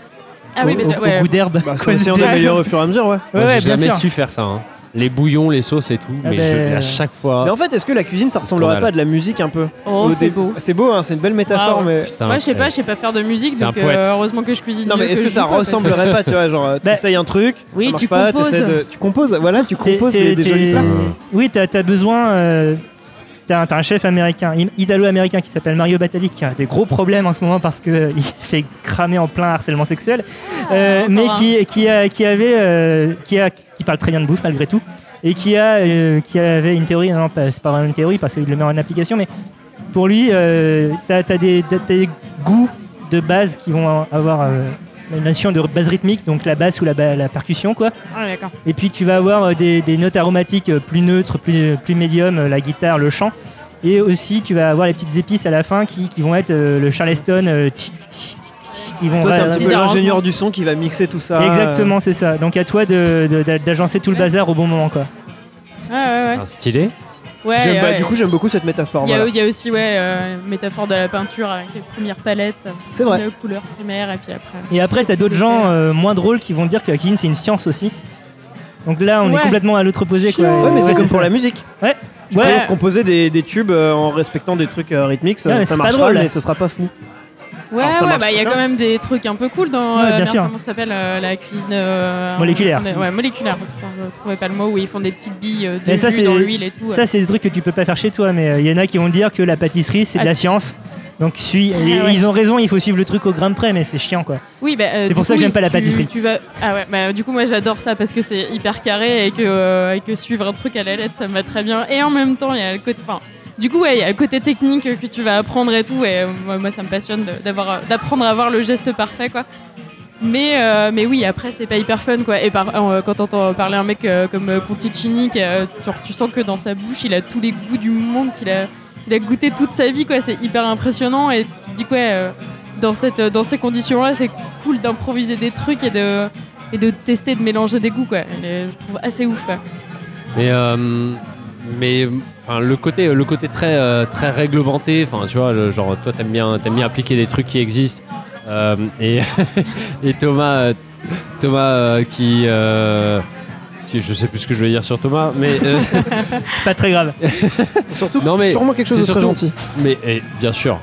Ah
au,
oui, mais
au-
ça-
au
ouais.
goût d'herbe.
Bah, ça
Quoi,
aussi, on
c'était-
améliore au fur et à mesure, ouais.
Ouais,
Moi,
ouais,
J'ai
bien
jamais
sûr.
su faire ça. hein. Les bouillons, les sauces et tout,
Ah
mais
ben-
je- à chaque fois.
Mais en fait, est-ce que la cuisine, ça ressemblerait
Scandale.
pas à de la musique un peu
Oh,
Au
c'est
dé-
beau.
C'est beau, hein, c'est une belle métaphore,
Ah ouais.
mais.
Putain,
Moi je sais
frère.
pas, je sais pas faire de musique,
C'est un
donc
poète.
euh, heureusement que je cuisine.
Non mais
mieux
est-ce que
je
ça
dis pas,
ressemblerait pas, tu vois, genre euh,
Bah-
t'essayes un truc,
Oui,
ça marche
tu
pas,
composes.
t'essaies de... tu composes, voilà, tu
T'es-
composes
t'es-
des, des
t'es-
jolis plats.
Oui, t'as as besoin. euh, T'as un, t'as un chef américain, im- italo-américain qui s'appelle Mario Batali qui a des gros problèmes en ce moment parce que euh, <laughs> il fait cramer en plein harcèlement sexuel, euh,
Ah, encore
mais
un.
qui, qui, a, qui avait euh, qui, a, qui parle très bien de bouffe malgré tout et qui a euh, qui avait une théorie, non pas- c'est pas vraiment une théorie parce qu'il le met en application, mais pour lui euh, t'as t'as des, t'as des goûts de base qui vont avoir euh, la notion de base rythmique, donc la basse ou la, ba- la percussion quoi.
Ah ouais, d'accord.
Et puis tu vas avoir euh, des, des notes aromatiques euh, plus neutres, plus, plus médium, euh, la guitare, le chant. Et aussi tu vas avoir les petites épices à la fin qui, qui vont être euh, le charleston. euh, tch, tch, tch, tch, tch, qui vont
Toi t'es un
ouais,
petit
ouais.
peu
arrangements.
l'ingénieur du son qui va mixer tout ça.
Exactement, c'est ça. Donc à toi de- de- d'a- d'agencer tout le
Ouais.
bazar au bon moment. quoi.
Ouais, ouais, ouais.
Un stylé
Ouais,
J'aime pas-
ouais.
Du coup j'aime beaucoup cette métaphore.
il y, a,
voilà.
il y a aussi ouais, euh, métaphore de la peinture avec les premières palettes
C'est vrai.
de couleurs primaires et puis après.
Et après, t'as d'autres gens euh, moins drôles qui vont dire que la cuisine c'est une science aussi. Donc là, on
Ouais.
est complètement à l'autre opposé. Quoi.
Ouais mais c'est comme pour
ça.
la musique. Tu
Ouais,
peux composer des, des tubes euh, en respectant des trucs euh, rythmiques,
Non,
ça, ça
mais c'est pas
marchera
drôle.
mais ce sera pas fou.
Ouais,
Alors, ça
ouais,
marche
bah il y a
très
quand
bien.
même des trucs un peu cool dans
Ouais,
euh,
bien
merde,
sûr.
comment ça s'appelle euh, la cuisine euh,
Moléculaire.
ils font des- ouais, moléculaire. Putain, je trouvais pas le mot où ils font des petites billes euh, de
Mais ça,
jus
c'est-
dans l'huile et tout.
Ça, c'est des trucs que tu peux pas faire chez toi, mais il y en a qui vont dire que la pâtisserie, c'est de
Ah.
la science. Donc, suis,
Ah,
et-
ouais.
ils ont raison, il faut suivre le truc au gramme près, mais c'est chiant quoi.
Oui, bah, euh,
C'est
du
pour ça
coup,
que j'aime
oui,
pas la
tu-
pâtisserie.
Tu vas... Ah ouais, bah, du coup, moi j'adore ça parce que c'est hyper carré et que, euh, et que suivre un truc à la lettre ça me va très bien. Et en même temps, il y a le côté. Enfin, du coup, ouais, il y a le côté technique que tu vas apprendre et tout. Et euh, moi, moi, ça me passionne de- d'avoir, euh, d'apprendre à avoir le geste parfait, quoi. Mais, euh, mais oui, après, c'est pas hyper fun, quoi. Et par, euh, quand t'entends parler un mec euh, comme euh, Conticini, qui a- genre, tu sens que dans sa bouche, il a tous les goûts du monde, qu'il a, qu'il a goûté toute sa vie, quoi. C'est hyper impressionnant. Et tu te dis, quoi, euh, dans, cette, dans ces conditions-là, c'est cool d'improviser des trucs et de, et de tester, de mélanger des goûts, quoi. Et je trouve assez ouf, quoi.
Mais, euh, mais enfin, le côté, le côté très, euh, très réglementé, enfin, tu vois, le- genre, toi, t'aimes bien, t'aimes bien appliquer des trucs qui existent. Euh, et, <laughs> et Thomas, euh, Thomas euh, qui, euh, qui- Je sais plus ce que je vais dire sur Thomas, mais. euh,
C'est pas très grave.
Surtout
Non, mais
sûrement quelque chose de
c'est
très
surtout-
gentil.
Mais et bien sûr.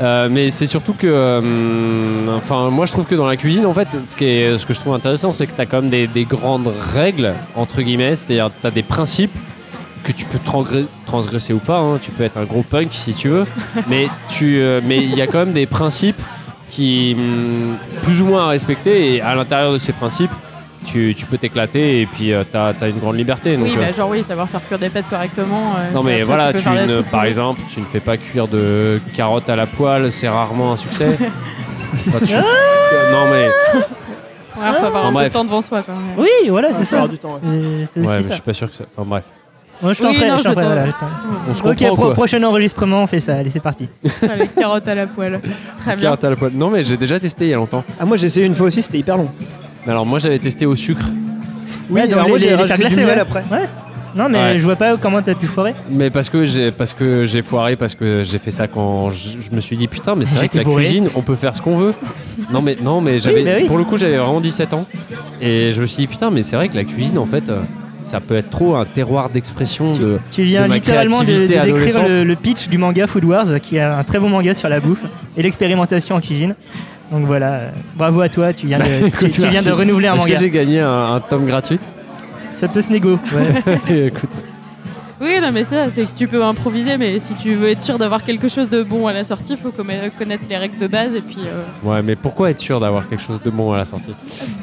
Euh, mais c'est surtout que, euh, enfin, moi je trouve que dans la cuisine, en fait, ce, qui est, ce que je trouve intéressant, c'est que tu as quand même des, des grandes règles, entre guillemets, c'est-à-dire tu as des principes que tu peux transgré- transgresser ou pas, hein. tu peux être un gros punk si tu veux, mais tu, euh, mais il y a quand même des principes qui, hum, plus ou moins à respecter, et à l'intérieur de ces principes, tu, tu peux t'éclater et puis tu as, une grande liberté. Donc,
oui,
euh,
bah, genre, oui, savoir faire cuire des pâtes correctement. euh,
non mais
après,
voilà,
peux
tu
faire des
ne-
trucs
par
cool.
exemple, tu ne fais pas cuire de carottes à la poêle, c'est rarement un succès. Enfin, tu- non mais,
Ouais, faut avoir
En
un peu
Ah, bref.
de temps devant soi, quoi.
Oui, voilà, <laughs> c'est
La
ça.
plupart du temps, ouais.
Euh, C'est aussi
ouais, mais je
ça.
suis pas sûr que ça. Enfin bref,
Moi, je t'en
Oui,
ferai,
non,
je t'en
je
ferai,
t'en-
voilà, je t'en-
on se
Ok,
comprend
pro-
quoi.
prochain enregistrement, on fait ça. Allez, c'est parti.
Faire les carottes à la poêle. Très bien.
Carottes à la poêle. Non mais j'ai déjà testé il y a longtemps.
Ah moi j'ai essayé une fois aussi, c'était hyper long.
Mais alors moi j'avais testé au sucre,
Oui,
Ouais, dans
alors moi
les- les
j'ai
faire
rajouté du
glacer,
miel
ouais.
après.
Ouais. Non, mais
Ouais.
je vois pas comment t'as pu foirer.
mais parce que j'ai parce que j'ai foiré parce que j'ai fait ça quand je, je me suis dit putain mais c'est vrai que
J'étais
la
bourré.
cuisine on peut faire ce qu'on veut. non mais non mais j'avais
bah oui.
pour le coup j'avais vraiment 17 ans et je me suis dit putain mais c'est vrai que la cuisine en fait euh, ça peut être trop un terroir d'expression de
Tu viens
De ma
littéralement de, de
créativité
décrire
adolescente.
le, le pitch du manga Food Wars, qui est un très bon manga sur la bouffe et l'expérimentation en cuisine. Donc voilà, euh, bravo à toi, tu viens de,
<laughs>
tu-
écoute,
tu viens
merci.
de renouveler un
Est-ce
manga.
que j'ai gagné un, un tome gratuit
Ça peut se négo.
<laughs>
Ouais.
Écoute,
Oui, non, mais ça, c'est que tu peux improviser, mais si tu veux être sûr d'avoir quelque chose de bon à la sortie, faut comma- connaître les règles de base et puis. euh,
Ouais, mais pourquoi être sûr d'avoir quelque chose de bon à la sortie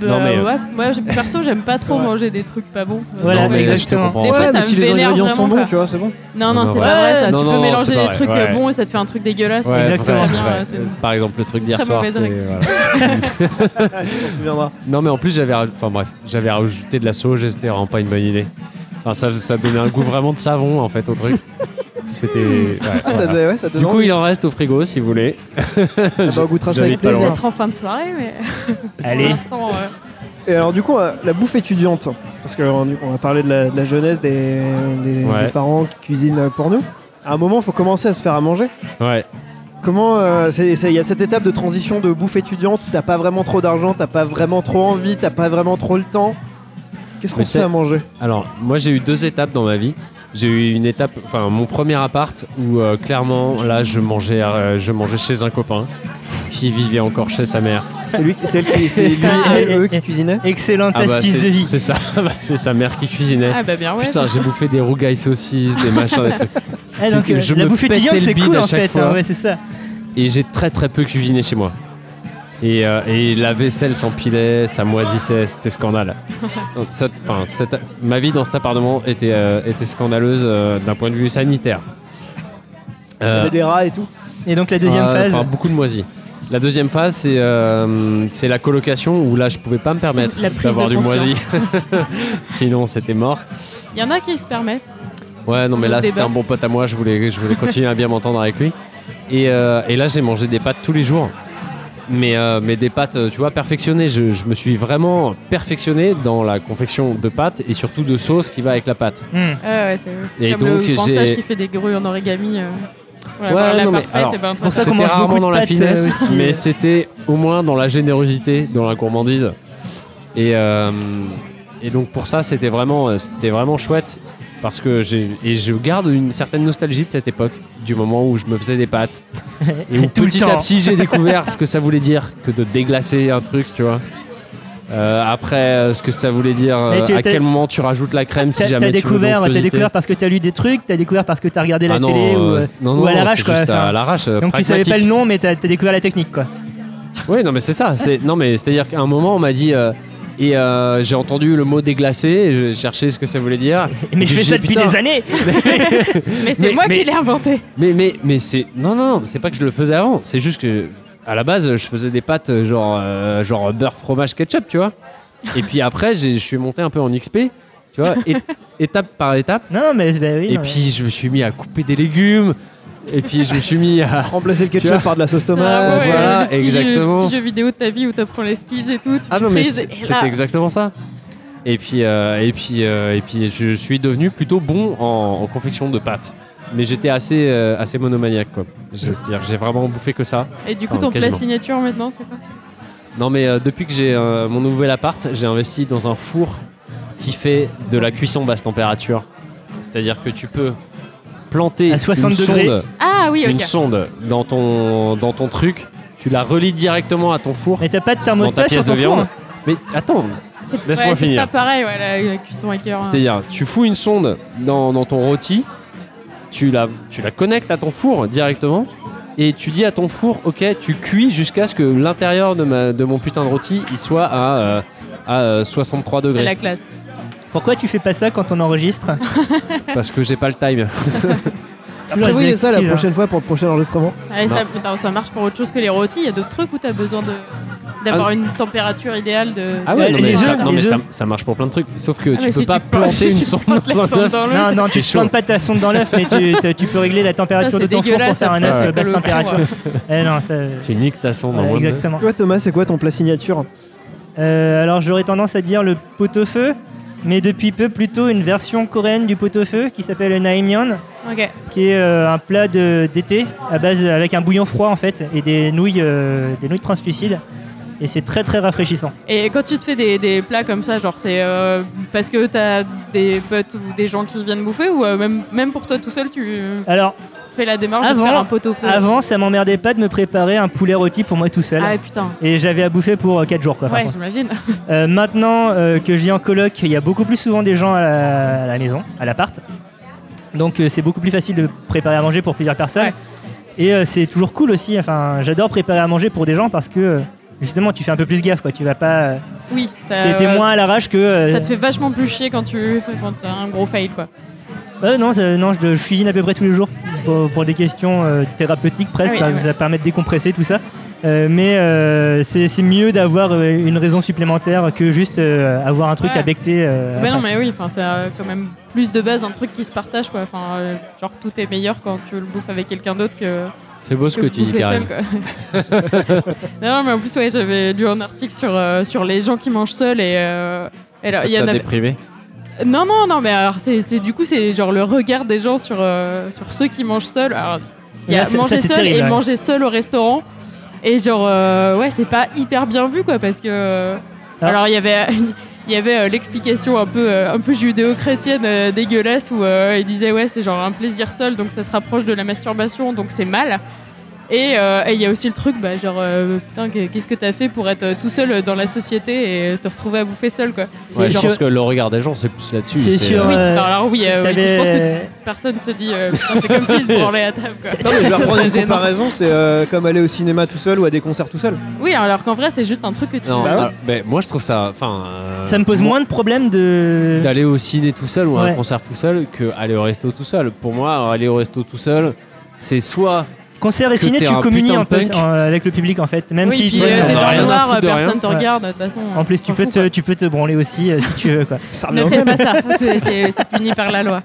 bah,
Non, mais, euh,
ouais, moi, j'ai- perso, j'aime pas trop
vrai.
manger des trucs pas bons.
Voilà,
Non, mais je te
exactement.
comprends.
Des fois,
Ouais,
ça
mais
me
si les
vénère
ingrédients sont
vraiment,
bons,
quoi.
tu vois, c'est bon.
Non,
Non, non, c'est
ouais.
pas vrai ça.
Non,
tu
non,
peux mélanger
c'est pas
des
vrai,
trucs euh,
ouais.
bons et ça te fait un truc dégueulasse.
Ouais,
mais
exactement.
très bien,
Ouais.
euh, c'est-
Par exemple, le truc d'hier
Très
soir,
mauvaise
c'était-
règle.
voilà.
On se souviendra.
Non, mais en plus, j'avais, raj- enfin bref, j'avais rajouté de la sauge et c'était vraiment pas une bonne idée. Enfin, ça, ça donnait un goût vraiment de savon en fait au truc. C'était. ouais,
Ah, ça,
voilà.
doit- ouais, ça donne
Du coup,
envie.
il en reste au frigo si vous voulez.
Ah bah, on goûtera ça
j'avais
avec
pas le
plaisir.
Peut-être en fin de soirée, mais
<laughs>
pour
Allez,
l'instant. euh,
Et alors du coup, euh, la bouffe étudiante, parce que euh, on a parlé de la, de la jeunesse des, des-
Ouais.
des parents qui cuisinent pour nous. À un moment, il faut commencer à se faire à manger.
Ouais.
Comment euh, c'est- c'est- il y a cette étape de transition de bouffe étudiante où t'as pas vraiment trop d'argent, t'as pas vraiment trop envie, t'as pas vraiment trop le temps. Qu'est-ce qu'on
Mais
se fait
c'est-
à manger
Alors, moi, j'ai eu deux étapes dans ma vie. J'ai eu une étape, enfin, mon premier appart où euh, clairement, là, je mangeais, euh, je mangeais chez un copain qui vivait encore chez sa mère.
C'est lui, qui- c'est elle qui- c'est lui
Ah,
et
et-
eux
et-
qui cuisinaient.
excellente astuce
Ah bah, c'est,
de vie.
c'est ça, <laughs> Bah, c'est sa mère qui cuisinait.
Ah bah bien, ouais.
Putain, j'ai bouffé des rougailles saucisses, des machins, des trucs.
Ah, donc,
C'était-
euh,
je
la
me
bouffe
pétais
étudiante,
le
c'est
bide
cool
à
en
chaque
fait.
fois.
hein, ouais, c'est ça.
et j'ai très très peu cuisiné chez moi. Et, euh, et la vaisselle s'empilait, ça moisissait, c'était
<laughs>
scandale. Donc, ça- enfin, cette- ma vie dans cet appartement était, euh, était scandaleuse euh, d'un point de vue sanitaire.
Il y
Euh,
avait des rats et tout.
Et donc la deuxième
euh,
phase.
enfin, beaucoup de moisis. La deuxième phase, c'est euh, c'est la colocation où là, je pouvais pas me permettre
La prise
d'avoir
de
du
conscience.
moisi. <laughs> Sinon, c'était mort.
Il y en a qui se permettent.
Ouais, non, mais
Le
là,
débat.
c'était un bon pote à moi. Je voulais, je voulais continuer à bien m'entendre avec lui. Et, euh, et là, j'ai mangé des pâtes tous les jours. Mais, euh, mais des pâtes, euh, tu vois, perfectionnées. Je, je me suis vraiment perfectionné dans la confection de pâtes et surtout de sauce qui va avec la pâte.
Hmm.
Ah ouais, c'est
Et
comme
donc,
le pensage
j'ai-
qui fait des grues en origami. euh, pour
Ouais,
avoir la
non, mais
parfaite,
alors,
et ben,
c'est pour ça qu'on
C'était
mange
rarement
beaucoup de
dans la
pâtes,
finesse,
euh, aussi,
mais
euh.
c'était au moins dans la générosité, dans la gourmandise. Et, euh, et donc pour ça, c'était vraiment, euh, c'était vraiment chouette parce que j'ai et je garde une certaine nostalgie de cette époque, du moment où je me faisais des
<laughs>
pâtes et où
Tout le
petit
temps.
à petit
<laughs>
j'ai découvert ce que ça voulait dire que de déglacer un truc, tu vois. Euh, après, euh, ce que ça voulait dire,
Mais
euh,
tu-
à
t'as-
quel moment tu rajoutes la crème si
T'as t'as
jamais tu veux
découvert,
donc
t'as
cogiter.
découvert parce que t'as lu des trucs, t'as découvert parce que t'as regardé la
Ah non,
télé ou,
euh,
euh,
non,
ou
non,
à
non,
l'arrache
c'est
quoi.
juste
enfin.
à l'arrache. euh,
donc tu savais pas
pragmatique.
le nom, mais t'as t'as découvert la technique quoi.
Oui, non, mais c'est ça. C'est non, mais c'est-à-dire qu'à un moment, on m'a dit. euh, et euh, j'ai entendu le mot déglacé, et j'ai cherché ce que ça voulait dire.
Mais je
Et
fais
j'ai
ça
dit,
depuis
putain,
des années.
Mais c'est
Mais-
moi
mais-
qui l'ai inventé.
Mais, mais, mais c'est. Non, non, non, c'est pas que je le faisais avant. C'est juste que, à la base, je faisais des pâtes euh, genre, euh, genre beurre, fromage, ketchup, tu vois. Et puis après, j'ai- je suis monté un peu en XP, tu vois, é- étape par étape.
Non mais bah oui.
Et
non,
puis, je me suis mis à couper des légumes. Et puis, je me suis mis à.
Remplacer le
Tu vois
ketchup par de la sauce tomate.
Ah ouais,
voilà,
le petit jeu-
exactement.
Petit jeu vidéo de ta vie où t'apprends les skills et tout. tu
Ah non, mais
prises,
c'est
et là-
c'est exactement ça. Et puis, euh, et, puis, euh, et puis, je suis devenu plutôt bon en, en confection de pâtes. Mais j'étais assez, euh, assez monomaniaque, quoi. Je- C'est-à-dire, j'ai vraiment bouffé que ça.
Et du coup,
Enfin,
ton plat
Ah, quasiment.
signature maintenant, c'est quoi
Non, mais euh, depuis que j'ai euh, mon nouvel appart, j'ai investi dans un four qui fait de la cuisson basse température. C'est-à-dire que tu peux planter
À 60
une
degrés.
sonde,
Ah oui,
une
ok.
sonde dans ton, dans ton truc. Tu la relies directement à ton four,
Mais t'as pas de
dans ta
thermostat sur
pièce de
ton four.
viande.
hein.
Mais attends,
C'est ouais,
Laisse-moi
c'est
finir.
pas pareil, ouais, la, la cuisson à cœur. hein.
C'est-à-dire, tu fous une sonde dans, dans ton rôti, tu la, tu la connectes à ton four directement, et tu dis à ton four, ok, tu cuis jusqu'à ce que l'intérieur de, ma- de mon putain de rôti il soit à, euh, à euh, 63
C'est
degrés.
la classe.
Pourquoi tu fais pas ça quand on enregistre
Parce que j'ai pas le
<laughs>
time.
Toujours
Prévoyez
des
ça la
excuses, hein.
prochaine fois pour le prochain enregistrement.
Ouais, ça, attends, ça marche pour autre chose que les rôtis. Il y a d'autres trucs où t'as besoin de d'avoir une température idéale de.
Ah ouais,
Les
non, mais,
œufs,
ça, non,
les
mais ça-
œufs.
ça marche pour plein de trucs. Sauf que
Ah,
tu
mais
peux
si
pas
plantes- <laughs>
planter
si
une
tu
sonde
plantes la
dans un
sonde
œuf.
dans l'eau,
Non,
c'est-
non,
c'est
tu
chaud.
plantes pas ta sonde dans l'œuf, mais tu, te- tu peux régler la température
Ça,
de
c'est
ton four pour
dégueulasse,
faire un
ça,
œuf
ouais.
euh, basse
le
température.
<laughs> four,
Eh non, ça-
Tu niques ta sonde
voilà,
en moins de-
exactement.
Toi Thomas, c'est quoi ton plat signature
Euh, alors j'aurais tendance à dire le pot-au-feu, mais depuis peu plutôt une version coréenne du pot-au-feu qui s'appelle le naengmyeon,
Ok.
qui est euh, un plat de- d'été à base avec un bouillon froid en fait et des nouilles, euh, des nouilles translucides. Et c'est très très rafraîchissant.
Et quand tu te fais des, des plats comme ça, genre c'est euh, parce que t'as des potes ou des gens qui viennent bouffer ou euh, même, même pour toi tout seul, tu euh,
Alors
fais la démarche
Avant-
de faire un pot au feu.
avant ça m'emmerdait pas de me préparer un poulet rôti pour moi tout seul.
Ah ouais, putain.
Et j'avais à bouffer pour 4 jours quoi. par
Ouais,
contre.
j'imagine. <laughs>
Euh, maintenant euh, que je vis en coloc, il y a beaucoup plus souvent des gens à la, à la maison, à l'appart. Donc euh, c'est beaucoup plus facile de préparer à manger pour plusieurs personnes.
Ouais.
Et euh, c'est toujours cool aussi. Enfin, j'adore préparer à manger pour des gens parce que euh, justement tu fais un peu plus gaffe quoi. Tu vas pas. euh,
Oui, t'as-
T'es t'es
ouais.
moins à l'arrache que. euh,
Ça te fait vachement plus chier quand tu quand t'as un gros fail quoi.
euh, non, ça- non, je, je cuisine à peu près tous les jours pour, pour des questions euh, thérapeutiques presque.
Ah oui,
parce que Ça
ouais.
permet de décompresser tout ça. Euh, mais euh, c'est c'est mieux d'avoir euh, une raison supplémentaire que juste euh, avoir un truc
Ouais.
à becter. euh,
Ouais, non,
après.
mais oui, enfin, c'est euh, quand même plus de base un truc qui se partage quoi. Enfin, euh, genre tout est meilleur quand tu le bouffes avec quelqu'un d'autre que.
C'est beau ce que,
que
tu dis,
bouffer
Karim.
seul, quoi. non, non, mais en plus, ouais, j'avais lu un article sur, euh, sur les gens qui mangent seuls et. euh, et alors,
Ça
il y en
t'a
avait-
déprimé.
Non, non, non, mais alors, c'est, c'est- du coup, c'est genre le regard des gens sur, euh, sur ceux qui mangent seuls. Alors, il y a
Là, ça-
manger
ça, c'est
seul
terrible,
et
ouais.
manger seul au restaurant. Et genre, euh, ouais, c'est pas hyper bien vu, quoi, parce que. euh,
Ah.
Alors, il y avait. <laughs> Il y avait euh, l'explication un peu, euh, un peu judéo-chrétienne euh, dégueulasse où euh, il disait ouais c'est genre un plaisir seul donc ça se rapproche de la masturbation donc c'est mal. Et euh, et il y a aussi le truc bah, genre euh, putain qu'est-ce que t'as fait pour être euh, tout seul dans la société et te retrouver à bouffer seul quoi.
C'est
Ouais, je
sûr-
pense que le regard des gens, c'est plus là-dessus.
C'est sûr.
Oui,
Euh,
alors oui, euh, oui,
t'avais-
je pense que personne se dit euh, Putain, c'est comme s'ils se branlaient à table quoi.
Non, mais Ah <laughs> je vais
Ça
reprendre
serait
une
gênant.
comparaison, c'est euh, comme aller au cinéma tout seul ou à des concerts tout seul.
Oui, alors qu'en vrai c'est juste un truc que tu
Non,
Bah ouais.
alors, mais moi je trouve ça. Enfin, euh,
Ça me pose moins de problèmes de.
d'aller au ciné tout seul ou à un
Ouais.
concert tout seul que aller au resto tout seul. Pour moi, aller au resto tout seul, c'est soit
Concert et
que
ciné,
t'es
tu
un
communies
putain de
un peu
punk.
en- avec le public en fait. Même
oui,
si
puis
tu
euh,
on
t'es
en a
dans
rien
le
à
noir,
foutre de
personne
rien.
te
Ouais.
regarde de toute façon.
En plus, tu
t'en
peux,
fous,
te, tu peux te branler aussi euh, si tu veux. Quoi.
Ça
quoi.
revient
Ne
au
fais
même.
pas ça, c'est- c'est c'est puni par la loi.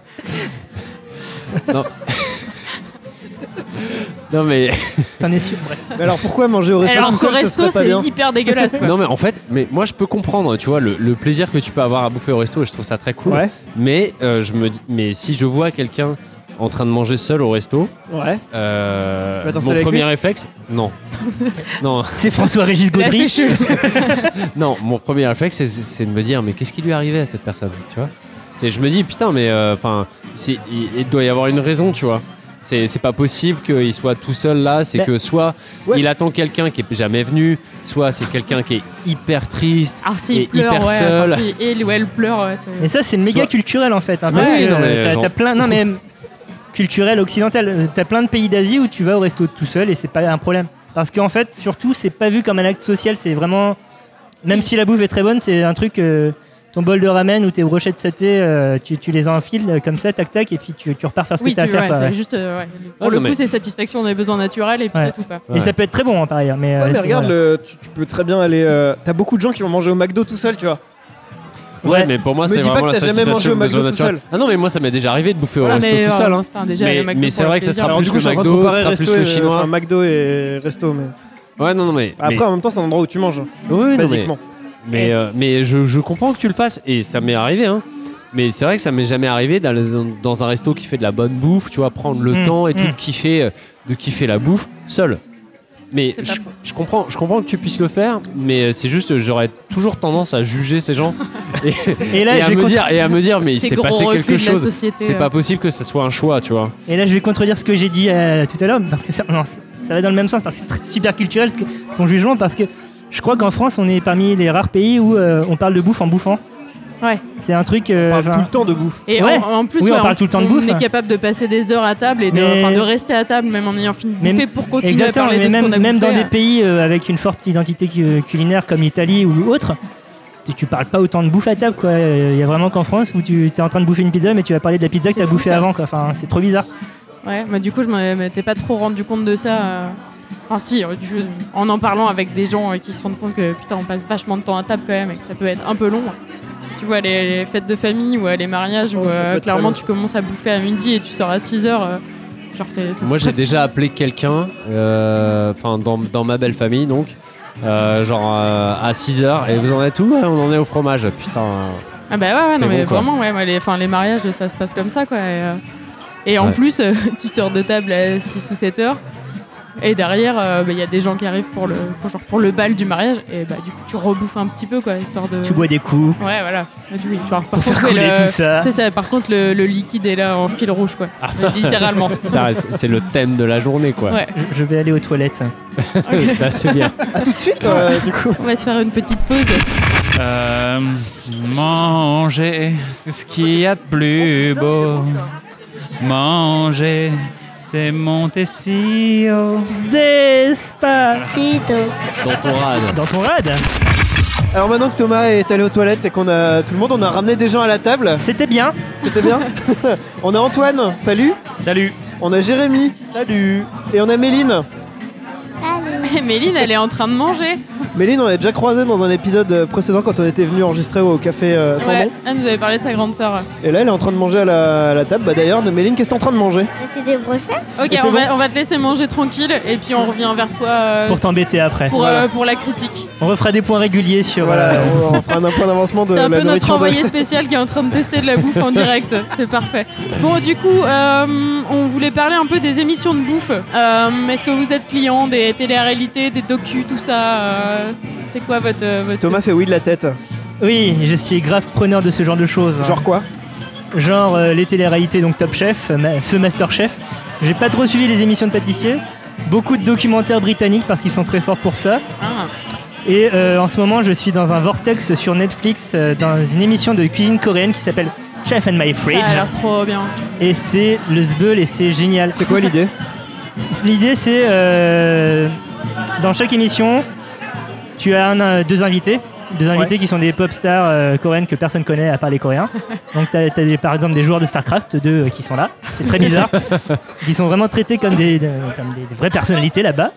<laughs>
Non mais
T'en es sûr. bref.
Mais alors pourquoi manger au resto
Alors
tout
qu'au
seul, ça
resto
serait pas
c'est
bien
hyper dégueulasse quoi.
non mais en fait, mais moi je peux comprendre, tu vois, le, le plaisir que tu peux avoir à bouffer au resto et je trouve ça très cool.
Ouais,
Mais euh, je me dis, mais si je vois quelqu'un en train de manger seul au resto,
ouais.
euh,
Tu vas t'installer
mon
avec
premier
lui
réflexe, non,
<laughs>
non,
C'est François-Régis
Là
Gaudry.
c'est chelou.
non, mon premier réflexe c'est- c'est de me dire, mais qu'est-ce qui lui est arrivé à cette personne, tu vois C'est, je me dis, putain, mais euh, enfin, il, il doit y avoir une raison, tu vois. C'est c'est pas possible qu'il soit tout seul là, c'est
Ben,
que soit
ouais.
il attend quelqu'un qui est jamais venu, soit c'est quelqu'un qui est hyper triste,
Alors s'il
Et
Ah, pleure,
hyper
ouais,
seul.
enfin, si elle ou elle pleure, ouais, c'est-
Mais ça, c'est méga
Soit-
culturel en fait. hein, parce
Ouais,
que,
non, mais
euh, t'as-
genre-
t'as plein. Non,
<laughs>
mais euh, culturel, occidental. euh, T'as plein de pays d'Asie où tu vas au resto tout seul et c'est pas un problème. Parce qu'en fait, surtout, c'est pas vu comme un acte social. C'est vraiment. Même si la bouffe est très bonne, c'est un truc. euh, ton bol de ramen ou tes brochettes saté, euh, tu, tu les enfiles euh, comme ça, tac tac, et puis tu, tu repars faire ce
Oui,
que t'as
tu
à faire.
ouais,
quoi, ouais.
c'est juste. euh, ouais. Pour
Ah,
le
non,
coup,
mais-
c'est satisfaction des besoins naturels et puis
Ouais.
c'est tout quoi.
Et ça peut être très bon hein, par ailleurs. Mais, euh,
Ouais, mais
c'est-
regarde,
voilà.
le- tu, tu peux très bien aller. euh, T'as beaucoup de gens qui vont manger au McDo tout seul, tu vois.
Ouais,
Ouais.
mais pour moi,
Me
c'est
dis pas
vraiment
que t'as
la
jamais mangé
satisfaction
au
de
McDo
besoin
tout
naturel. Ah non, mais moi, ça m'est déjà arrivé de bouffer au
Voilà,
resto
mais,
tout
euh,
seul. Hein.
putain, déjà,
Mais,
le McDo
mais
pour
c'est
le
vrai que ça
plaisir.
sera
Alors,
plus
du coup,
le
je suis en train de
McDo,
comparer
ça sera
resto
plus le
et- euh,
chinois.
enfin, McDo et resto, mais.
Ouais, non, non, mais.
Après, en même temps, c'est un endroit où tu manges,
mais, oui, non, mais,
basiquement.
mais, euh, mais je, je comprends que tu le fasses et ça m'est arrivé. Hein. Mais c'est vrai que ça m'est jamais arrivé d'aller dans, dans un resto qui fait de la bonne bouffe, tu vois, prendre le
Mmh,
Mm,
temps et tout
mm.
de kiffer, euh, de kiffer la bouffe seul. Mais
C'est pas
je,
faux.
je comprends, je comprends que tu puisses le faire, mais euh, c'est juste que j'aurais toujours tendance à juger ces gens et,
Et là,
et à
je vais
me
contre-
dire et à me dire mais il
Ces
s'est
gros
passé
reculs
quelque
de la
chose.
société,
C'est
euh.
pas possible que ça soit un choix, tu vois.
Et là, je vais contredire ce que j'ai dit euh, tout à l'heure, parce que ça, non, ça va dans le même sens, parce que c'est très- super culturel ce que- ton jugement, parce que je crois qu'en France, on est parmi les rares pays où euh, on parle de bouffe en bouffant.
Ouais.
C'est un truc. euh,
On parle
enfin,
tout le temps de bouffe.
Et
Ouais.
en, en plus,
Oui, on
ouais,
parle tout le temps de bouffe,
On
hein.
est capable de passer des heures à table et de,
Mais-
enfin, de rester à table même en ayant fini de
Mais-
bouffer pour continuer à
Exactement,
parler
mais
de ce
même,
qu'on a
même dans
bouffé. hein.
des pays euh, avec une forte identité cu- culinaire comme l'Italie ou autre, tu, tu parles pas autant de bouffe à table. quoi. Il y a vraiment qu'en France où tu es en train de bouffer une pizza, mais tu vas parler de la pizza que
C'est
tu as
fou,
bouffée
ça.
avant. Quoi. Enfin, c'est trop bizarre.
Ouais, mais du coup, je m'en- m'étais pas trop rendu compte de ça. euh. Enfin, si, euh, je- en en parlant avec des gens euh, qui se rendent compte que putain, on passe vachement de temps à table quand même et que ça peut être un peu long. Tu vois, les, les fêtes de famille ou euh, les mariages
Oh,
où
ça peut
euh,
être très
clairement
long.
tu commences à bouffer à midi et tu sors à 6 heures. euh, genre, c'est. c'est
Moi, j'ai
presque-
déjà appelé quelqu'un, euh, enfin, dans, dans ma belle famille, donc, euh, genre euh, à 6h, et vous en êtes où Ouais, On en est au fromage, putain.
Ah bah ouais, ouais,
C'est
non, mais
bon, quoi.
vraiment, ouais, ouais, les, enfin, les mariages, ça se passe comme ça, quoi. Et, euh, et en
Ouais.
plus, euh, <laughs> tu sors de table à 6 ou 7 heures. Et derrière, euh, bah, il y a des gens qui arrivent pour le, pour, genre, pour le bal du mariage. Et bah, du coup, tu rebouffes un petit peu, quoi, histoire de.
Tu bois des coups.
Ouais, voilà. Oui, tu vois, par
faire
contre, ouais,
couler
le-
tout ça.
C'est ça, par contre, le, le liquide est là en fil rouge, quoi. Euh, Littéralement.
Ça, reste- c'est le thème de la journée, quoi.
Ouais.
Je- Je vais aller aux toilettes.
Là, c'est bien.
À tout de suite, euh, du coup.
On va se faire une petite pause.
Euh,
Oh,
manger, c'est ce qu'il y a de plus beau. Manger, c'est monter si haut.
Despacito.
dans ton rad.
Dans ton rad
Alors maintenant que Thomas est allé aux toilettes et qu'on a tout le monde, on a ramené des gens à la table.
C'était bien.
C'était bien. <laughs> on a Antoine, salut.
Salut.
On a Jérémy, salut. Et on a Méline.
Méline, elle est en train de manger.
Méline, on l'a déjà croisée dans un épisode précédent quand on était venu enregistrer au café euh, sans
Ouais,
nom.
elle nous avait parlé de sa grande sœur.
Et là, elle est en train de manger à la, à la table. Bah d'ailleurs, Méline, qu'est-ce que t'es en train de manger
C'est des brochettes
Ok,
Et c'est
on va, on va te laisser manger tranquille et puis on revient vers toi euh,
Pour t'embêter après.
pour,
voilà.
euh, pour la critique.
On refera des points réguliers sur.
Voilà,
euh,
on, on fera un point d'avancement de
C'est
la
un peu notre
nourriture. de-
envoyé spécial qui est en train de tester de la bouffe
<laughs>
en direct. C'est parfait. Bon, du coup, euh, on voulait parler un peu des émissions de bouffe. Euh, Est-ce que vous êtes client des télé-réalités, des docus, tout ça euh, C'est quoi votre. euh, votre-
Thomas fait oui de la tête.
Oui, je suis grave preneur de ce genre de choses. hein.
Genre quoi
Genre, euh, les téléréalités, donc Top Chef, euh, ma- Feu Master Chef. J'ai pas trop suivi les émissions de pâtissiers. Beaucoup de documentaires britanniques parce qu'ils sont très forts pour ça.
Ah.
Et euh, en ce moment, je suis dans un vortex sur Netflix euh, dans une émission de cuisine coréenne qui s'appelle Chef and My
Ça a
Fridge.
l'air trop bien.
Et c'est le zbeul et c'est génial.
C'est quoi l'idée
C- L'idée, c'est euh, dans chaque émission, tu as un, un- deux invités. Deux invités qui sont des pop stars euh, coréennes que personne connaît à part les coréens. Donc, tu as, par exemple des joueurs de StarCraft, deux euh, qui sont là. C'est très bizarre. qui sont vraiment traités comme des, de- comme des- des vraies personnalités là-bas.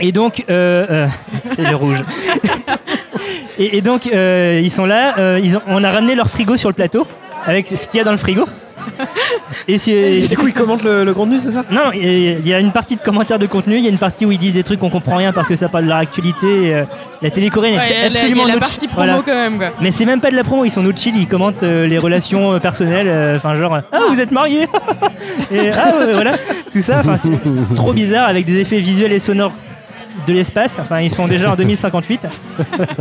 Et donc, euh, euh, <laughs> c'est le rouge. et, et donc, euh, ils sont là. euh, ils ont- on a ramené leur frigo sur le plateau avec ce qu'il y a dans le frigo.
<laughs>
Et
Et
c'est-
Du coup, il commente le, le contenu, c'est ça
non, il y a une partie de commentaires de contenu, il y a une partie où ils disent des trucs qu'on comprend rien parce que ça parle de leur actualité. et, euh, la télé coréenne
Ouais, il y
est
a la- il y
absolument
a la
no
partie
chill.
promo
Voilà.
quand même. Quoi.
Mais c'est même pas de la promo, ils sont no chill, ils commentent euh, les relations euh, personnelles, euh, enfin genre euh, ah vous êtes mariés <laughs> et ah ouais, voilà tout ça, enfin c'est c'est trop bizarre avec des effets visuels et sonores de l'espace. Enfin ils sont déjà en 2058.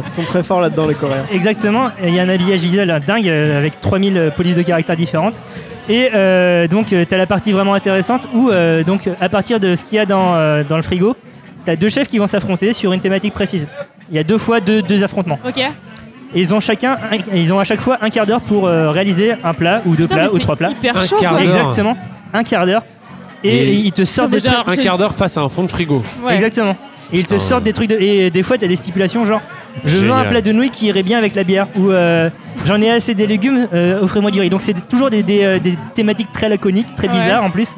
Ils sont très forts là-dedans, les Coréens.
Exactement, il y a un habillage visuel euh, dingue euh, avec 3000 euh, polices de caractères différentes. Et euh, donc, tu as la partie vraiment intéressante où, euh, donc, euh, à partir de ce qu'il y a dans, euh, dans le frigo, tu as deux chefs qui vont s'affronter sur une thématique précise. Il y a deux fois deux, deux affrontements.
Ok.
Et ils ont, chacun un- ils ont à chaque fois un quart d'heure pour euh, réaliser un plat ou deux
Putain, mais
plats ou
c'est
trois plats.
Hyper
Un
chaud.
quart
quoi.
d'heure.
Exactement, un quart d'heure. Et,
Et-
et ils te sortent des
Ça me
trucs.
Un quart d'heure face à un fond de frigo.
Ouais.
Exactement. Et ils te
Putain.
sortent des trucs de... Et des fois, t'as des stipulations genre je veux un
Génial.
plat de nouilles qui irait bien avec la bière ou euh, j'en ai assez des légumes, euh, offrez-moi du riz. Donc c'est toujours des, des, euh, des thématiques très laconiques, très
Ouais.
bizarres en plus.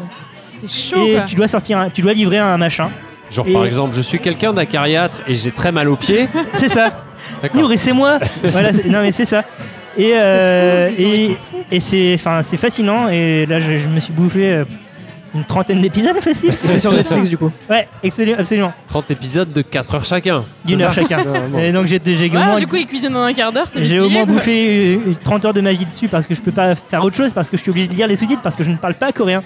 C'est chaud.
et
quoi.
tu dois sortir, un- tu dois livrer un machin.
<laughs>
Genre
Et-
par exemple, je suis quelqu'un d'acariâtre et j'ai très mal aux <laughs> pieds.
C'est ça.
<laughs>
Nourrissez-moi. voilà. c'est- Non mais c'est ça. Et euh,
C'est fou, ils sont-
et et c'est enfin c'est fascinant. Et là, je, je me suis bouffé euh, une trentaine d'épisodes <laughs> facile.
Et <laughs> c'est sur Netflix, du <laughs> coup.
Ouais, absolu- absolument.
30 épisodes de 4 heures chacun.
D'une
C'est
heure
ça
chacun.
<laughs>
Ah, bon.
Et donc j'ai j'ai
Ouais,
moins-
du coup, ils cuisinent dans un quart d'heure. c'est
<laughs> J'ai
vite
au moins
plié, quoi.
bouffé euh, 30 heures de ma vie dessus parce que je peux pas faire autre chose, parce que je suis obligé de lire les sous-titres, parce que je ne parle pas coréen.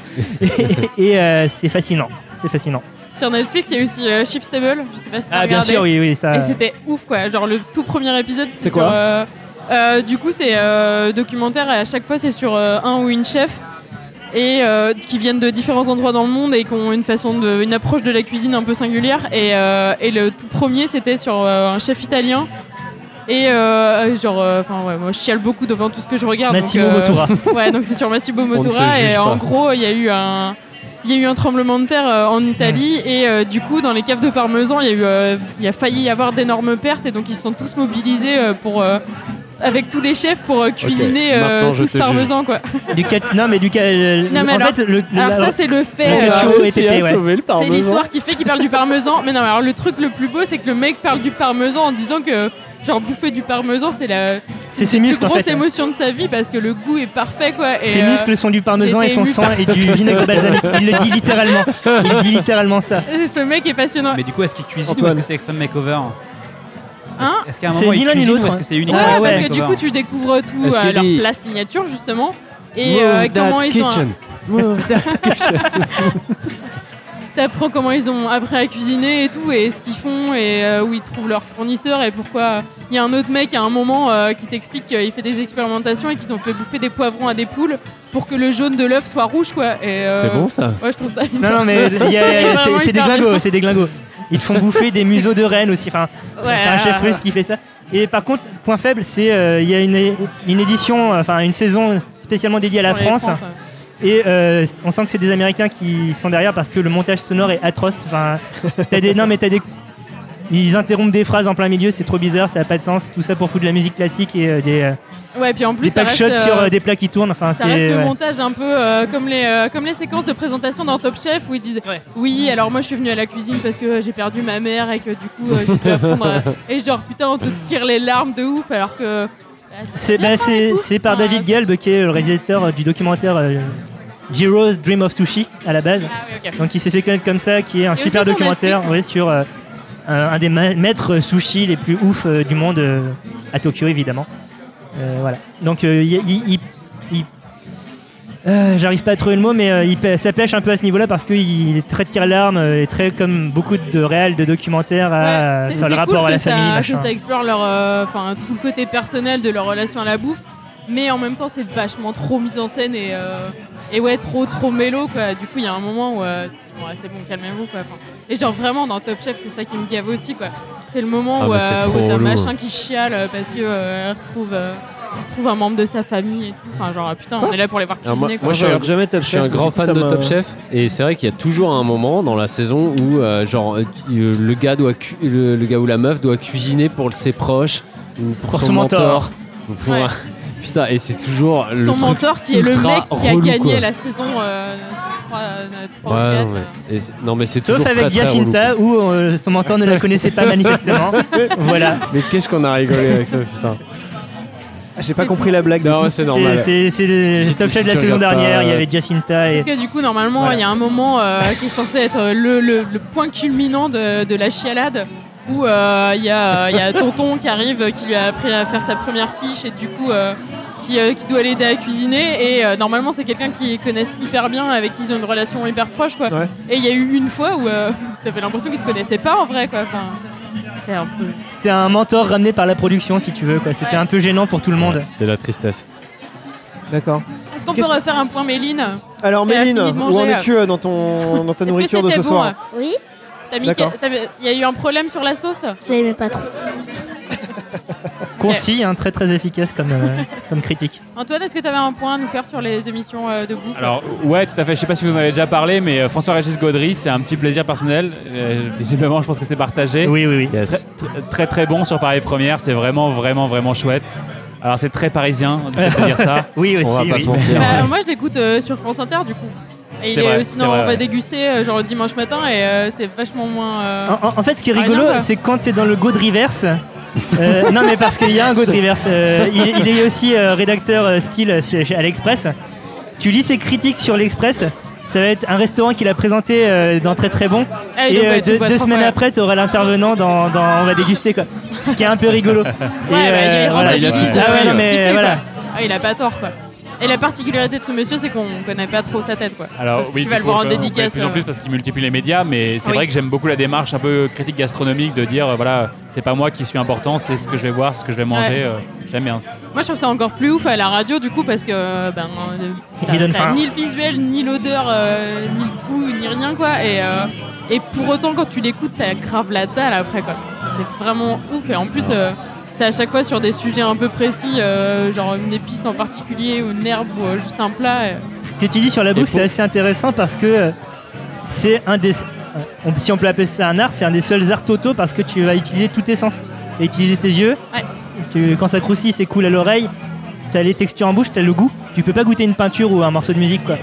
et euh, c'est fascinant. C'est fascinant.
Sur Netflix, il y a aussi euh, Shift Stable. Je sais pas si t'as
Ah, bien
regardé.
sûr, oui, oui. Ça...
Et c'était ouf quoi, genre le tout premier épisode.
C'est
sur,
quoi
euh, euh, Du coup, c'est euh, documentaire et à chaque fois c'est sur euh, un ou une chef et euh, qui viennent de différents endroits dans le monde et qui ont une façon de, une approche de la cuisine un peu singulière. Et, euh, et le tout premier c'était sur euh, un chef italien. Et euh, genre, euh, enfin ouais, moi je chiale beaucoup devant tout ce que je regarde. donc,
Massimo
euh,
Bottura.
Ouais, donc c'est sur Massimo
ne te
Motora
juge
et
pas.
en gros, il y a eu un il y a eu un tremblement de terre euh, en Italie et euh, du coup dans les caves de parmesan, il y a eu euh, il y a failli y avoir d'énormes pertes et donc ils se sont tous mobilisés euh, pour euh, avec tous les chefs pour euh, cuisiner euh,
maintenant, je
tout ce
te juge.
parmesan quoi.
Du cat- Non, mais du cat- euh,
Non, mais
en
alors-
fait, le, le-
Alors
la-
ça c'est le
Le
fait.
quelque
euh,
chose.
réussi à
ouais.
sauver le
c'est
parmesan.
l'histoire qui fait qu'il parle du parmesan. Mais non, mais alors le truc le plus beau, c'est que le mec parle du parmesan en disant que genre bouffer du parmesan, c'est la
c'est ses
plus
muscles en
grosse
fait.
émotion de sa vie parce que le goût est parfait quoi. Et,
Ses
euh,
muscles sont du parmesan
j'ai
et
été
son
émue
sang et du vinaigre balsamique. Il le dit littéralement. Il dit littéralement ça.
<laughs> ce mec est passionnant.
Mais du coup, est-ce qu'il cuisine ou
Antoine.
est-ce que c'est Extreme Makeover
Hein
Est-ce qu'à un
C'est
moment, il
ni l'un ni
cuisine ou
l'autre,
est-ce que c'est
Ouais,
uniquement
Ah
Extreme
parce que du
Makeover
coup, tu découvres tout,
Est-ce
euh,
que
leur
dit-
plat signature, justement, et euh, comment ils ont. T'apprends comment ils ont appris à cuisiner et tout, et ce qu'ils font, et euh, où ils trouvent leurs fournisseurs, et pourquoi. Il y a un autre mec à un moment euh, qui t'explique qu'il fait des expérimentations et qu'ils ont fait bouffer des poivrons à des poules pour que le jaune de l'œuf soit rouge, quoi. et, euh,
C'est bon ça
Ouais, je trouve ça.
Non, non, mais il y a-
C'est vraiment
c'est- c'est des
hyper
glingos.
violent.
C'est des glingos. Ils te font bouffer des museaux de rennes aussi. Enfin,
<laughs> Ouais.
T'as un chef russe qui fait ça. Et par contre, point faible, c'est euh, il y a une, une édition, enfin une saison spécialement dédiée à la
Sur les
France,
ouais.
Et euh, on sent que c'est des Américains qui sont derrière parce que le montage sonore est atroce.
<laughs>
Enfin, t'as des. Non, mais t'as des. Ils interrompent des phrases en plein milieu, c'est trop bizarre, ça n'a pas de sens. Tout ça pour foutre de la musique classique et euh, des, euh,
Ouais, puis en plus,
des
ça
pack
reste,
shots
euh,
sur euh, des plats qui tournent. Enfin,
ça
c'est-
reste le
ouais.
montage un peu euh, comme, les, euh, comme les séquences de présentation dans Top Chef où ils disent Oui, alors moi je suis venu à la cuisine parce que euh, j'ai perdu ma mère et que du coup euh, j'ai dû apprendre. euh, et genre, putain, on te tire les larmes de ouf alors que. bah,
C'est bah, c'est- c'est par
Enfin,
David Gelb qui est le réalisateur euh, du documentaire euh, Jiro's Dream of Sushi à la base.
Ah oui, ok.
Donc il s'est fait connaître comme ça, qui est un
aussi
super
sur
documentaire
Netflix,
ouais, sur euh, un un des ma- maîtres sushi les plus ouf euh, du monde euh, à Tokyo évidemment. Euh, voilà. Donc euh, il- il- il- il- euh, j'arrive pas à trouver le mot, mais euh, il pê- ça pêche un peu à ce niveau-là parce qu'il est très tire-larme euh, et très comme beaucoup de réels de documentaires à euh,
Ouais, c'est-
enfin,
c'est
le rapport
cool
à la
que ça-
famille.
que
machin.
ça explore leur, euh, enfin tout le côté personnel de leur relation à la bouffe, mais en même temps c'est vachement trop mis en scène et, euh, et ouais trop trop mélo quoi. Du coup il y a un moment où euh, ouais, c'est bon calmez-vous quoi. Enfin, et genre vraiment dans Top Chef c'est ça qui me gave aussi quoi. C'est le moment
Ah,
où,
bah, c'est
euh, où
trop
t'as un
relou.
machin qui chiale euh, parce que euh, elle retrouve euh, elle retrouve un membre de sa famille et tout. Enfin genre ah, putain on est là pour les voir
Alors, moi-
cuisiner quoi.
moi, je suis un-
regarde jamais Top
Je suis un
Chef,
grand
du coup,
fan
ça
de
m'a-
Top Chef et c'est vrai qu'il y a toujours un moment dans la saison où euh, genre euh, le gars doit cu- le, le gars ou la meuf doit cuisiner pour ses proches ou pour,
Pour
son,
son
mentor.
mentor.
Ou pour
Ouais.
un- <laughs> Putain et c'est toujours le
Son
truc-
mentor qui est le
ultra
mec qui a
relou,
gagné
quoi.
la saison euh, 3
Ouais, non,
euh.
mais, et c'est- non, mais c'est
Sauf
toujours
avec
très, très relou,
Yacinta où euh, son mentor ne la
<laughs>
connaissait pas manifestement. voilà.
quoi. Mais qu'est-ce qu'on a rigolé avec ça putain.
Ah, J'ai pas compris la blague. du
Non
coup.
c'est
C'est-
normal.
C'est c'est le
Si
top
tu-
chef
si
de la
tu
saison
regardes pas,
dernière, il y
euh,
avait Jacinta et.
Parce que du coup, normalement, il
Voilà.
y a un moment euh, qui est censé être euh, le, le- le point culminant de, de la chialade où euh, il y, a, euh, il y a Tonton qui arrive, euh, qui lui a appris à faire sa première quiche et du coup, euh, qui, euh, qui doit l'aider à cuisiner. Et euh, normalement, c'est quelqu'un qu'ils connaissent hyper bien, avec qui ils ont une relation hyper proche. Quoi.
Ouais.
Et il y a eu une fois où euh, <laughs> t'avais l'impression qu'ils se connaissaient pas en vrai. Quoi. Enfin, c'était un peu.
C'était un mentor ramené par la production, si tu veux. quoi. C'était
Ouais.
un peu gênant pour tout le monde.
Ouais, C'était la tristesse.
D'accord.
Est-ce qu'on
Qu'est-ce
peut refaire un point Méline
Alors
Elle a
Méline,
fini de
où
manger,
en
là.
es-tu euh, dans,
<laughs>
ton, dans ta
Est-ce que
nourriture de
c'était
ce
bon,
soir
euh,
Oui,
t'as mis-
D'accord.
t'avais- Il y a eu un problème sur la sauce
je l'aimais pas trop.
Concis, hein, très très efficace comme,
<laughs>
euh, comme critique.
Antoine, est-ce que tu avais un point à nous faire sur les émissions euh, de bouffe
Alors, ouais, tout à fait. Je sais pas si vous en avez déjà parlé, mais euh, François-Régis Gaudry, c'est un petit plaisir personnel. Euh, visiblement, je pense que c'est partagé.
Oui, oui, oui.
Yes.
Tr- Très très bon sur Paris Première. C'est vraiment, vraiment, vraiment chouette. Alors, c'est très parisien de dire
<laughs>
ça.
Oui, aussi.
On va pas
oui.
se mentir.
<laughs>
Bah, Moi, je l'écoute euh, sur France Inter, du coup. Et il
C'est
est
vrai,
euh,
c'est
sinon,
vrai,
on va
ouais.
déguster euh, genre le dimanche matin et euh, c'est vachement moins. euh,
En, en- en fait, ce qui est
Ah,
rigolo,
non, bah.
c'est quand t'es dans le Gaud Reverse.
<laughs>
euh, non, mais parce qu'il y a un Gaud Reverse. euh, il, il est aussi euh, rédacteur euh, style chez- chez- à l'Express. Tu lis ses critiques sur l'Express. Ça va être un restaurant qu'il a présenté euh, dans Très Très Bon.
Ah,
Et
donc,
euh,
ouais, tu
deux,
vois,
deux
trop
semaines
pas.
après, tu auras l'intervenant dans, dans On va déguster quoi. Ce qui est un peu rigolo. Ouais,
Ouais, bah, il
il
est rendu
a tout
visite,
Ah
euh,
ouais,
il
non,
a tout
mais
kiffé,
voilà.
quoi. Ah, il a pas tort, quoi. Et la particularité de ce monsieur, c'est qu'on connaît pas trop sa tête, quoi.
Alors,
Sauf si
oui,
tu vas
du
le
coup,
voir en
on peut- on peut
dédicace.
De plus en
euh.
plus parce qu'il multiplie les médias, mais c'est
Oui.
vrai que j'aime beaucoup la démarche un peu critique gastronomique de dire euh, voilà, c'est pas moi qui suis important, c'est ce que je vais voir, c'est ce que je vais manger.
Ouais.
euh, j'aime bien.
Moi, je trouve ça encore plus ouf à la radio, du coup, parce que euh, ben, euh,
Il
t'as-
donne
t'as
faim.
ni le visuel, ni l'odeur, euh, ni le goût, ni rien, quoi. Et, euh, et pour autant, quand tu l'écoutes, t'as grave la dalle après, quoi. Parce que C'est vraiment ouf. Et en plus, euh, c'est à chaque fois sur des sujets un peu précis, euh, genre une épice en particulier, ou une herbe, ou euh, juste un plat. et-
Ce que tu dis sur la bouffe, c'est assez intéressant parce que euh, c'est un des. euh, on- si on peut appeler ça un art, c'est un des seuls arts totaux parce que tu vas utiliser tous tes sens. Tu vas utiliser tes yeux.
Ouais.
tu- quand ça croustille, c'est cool à l'oreille. Tu as les textures en bouche, tu as le goût. Tu peux pas goûter une peinture ou un morceau de musique quoi.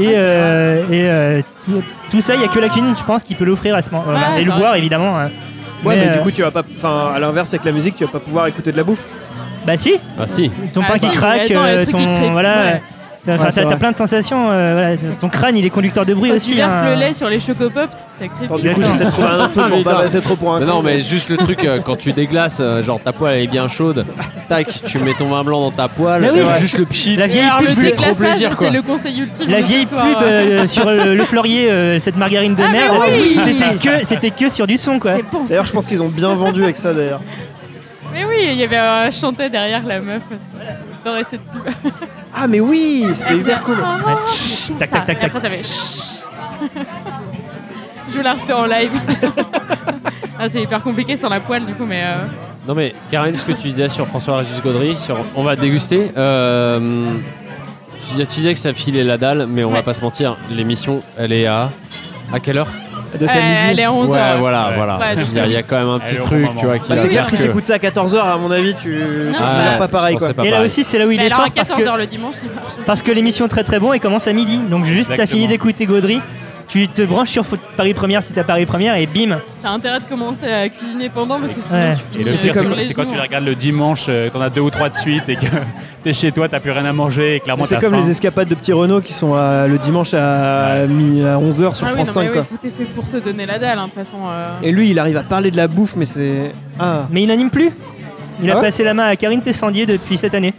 Et, euh, et, euh, tout, tout ça, il n'y a que la cuisine, je pense, qui peut l'offrir à ce moment.
Ouais,
et
c'est
le
vrai.
boire, évidemment. hein.
Ouais, mais, du
euh,
coup, tu vas pas. Enfin, à l'inverse, avec la musique, tu vas pas pouvoir écouter de la bouffe.
bah si,
Ah si.
ton
Ah,
pain
si,
qui craque,
mais attends, le
euh,
truc qui craque,
ton voilà.
ouais.
T'as enfin,
Ouais, c'est
t'as- t'as
vrai.
plein de sensations, euh, voilà, t- ton crâne il est conducteur de bruit
Quand
aussi.
tu verses
hein.
le lait sur les chocopops, c'est creepy.
Attends, du coup, j'essaie de trouver <laughs> un truc pour pas passer trop pour un.
Non, non,
con.
mais juste le truc, euh, quand tu déglaces, euh, genre ta poêle elle est bien chaude, tac, tu mets ton vin blanc dans ta poêle,
Mais oui.
c'est juste le pchit.
La vieille
Alors,
pub,
le
le-
gros plaisir,
déclassage,
quoi.
c'est le conseil ultime.
La
de ce
vieille pub
soir, euh.
euh, sur le, le Fleurier, euh, cette margarine de
Ah, mais
merde,
oui
c'était que c'était que sur du son quoi.
C'est bon, ça.
D'ailleurs, je pense qu'ils ont bien vendu avec ça d'ailleurs.
Mais oui, il y avait un chantait derrière la meuf. euh, Dans cette pub.
Ah, mais oui, c'était hyper cool.
Euh,
Tac,
Oh. Ça.
tac, tac,
Et après, ça fait chut. Je la refais
<laughs>
en live. ah, c'est hyper compliqué sans la poêle, du coup, mais. euh,
Non mais Karen, ce que tu disais sur François Régis Gaudry, sur on va déguster. euh, tu, tu disais que ça filait la dalle, mais on
Ouais.
va pas se mentir, l'émission, elle est à. À quelle heure
De ta
Euh,
midi.
elle est à 11h.
Ouais, voilà, voilà.
Ouais,
Je veux dire, Il y a quand même un petit
Elle est au
truc,
bon
tu vois,
moment.
qui
Bah, c'est
va
clair que si
faire que-
t'écoutes ça à 14h, à mon avis, tu. tu
Ah,
verras
ouais,
pas pareil
je pense
quoi.
que c'est pas
Et là
pareil.
aussi, c'est là où il est
alors à
fort parce que,
14h le dimanche, c'est marche.
parce que l'émission très très bon et commence à midi. Donc juste t'as fini
Exactement.
d'écouter Gaudry, tu te branches sur Paris Première si t'as Paris Première et bim.
T'as intérêt de commencer à cuisiner pendant parce que sinon
Ouais.
tu finis
Et le
euh,
pire,
sur
c'est quand,
les
c'est quand tu
genoux.
les regardes le dimanche, euh, t'en as deux ou trois de suite et que <laughs> t'es chez toi, t'as plus rien à manger et clairement
C'est
t'as
comme
faim.
les escapades de Petit Renault qui sont à- le dimanche à, mi- à 11h sur
Ah oui,
France
non,
5.
mais
quoi.
oui, tout est fait pour te donner la dalle, hein, de toute façon. euh.
Et lui, il arrive à parler de la bouffe, mais c'est. Ah,
Mais il n'anime plus. Il
Ah
a
ouais
passé la main à Karine Tessandier depuis cette année.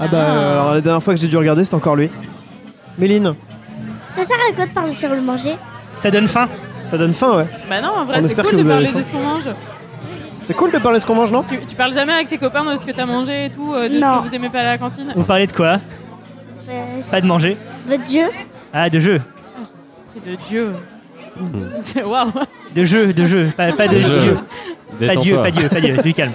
ah bah,
Ah.
alors la dernière fois que j'ai dû regarder, c'était encore lui. Méline,
Ça sert à quoi de parler sur le manger
Ça donne faim.
ça donne faim, ouais.
Bah non, en
On
vrai, c'est
espère que
cool de
vous avez
parler
faim.
de ce qu'on mange.
C'est cool de parler ce qu'on mange, non
Tu, tu parles jamais avec tes copains de ce que t'as mangé et tout, euh, de
Non.
ce que vous aimez pas à la cantine
Vous parlez de quoi
euh,
Pas de manger.
Votre Dieu
Ah, de jeu.
Et de Dieu. <laughs> C'est waouh.
De jeu, de jeu. Pas, pas de
De jeu.
jeu. Pas
Détends-toi.
Dieu, pas Dieu, pas Dieu. Du calme.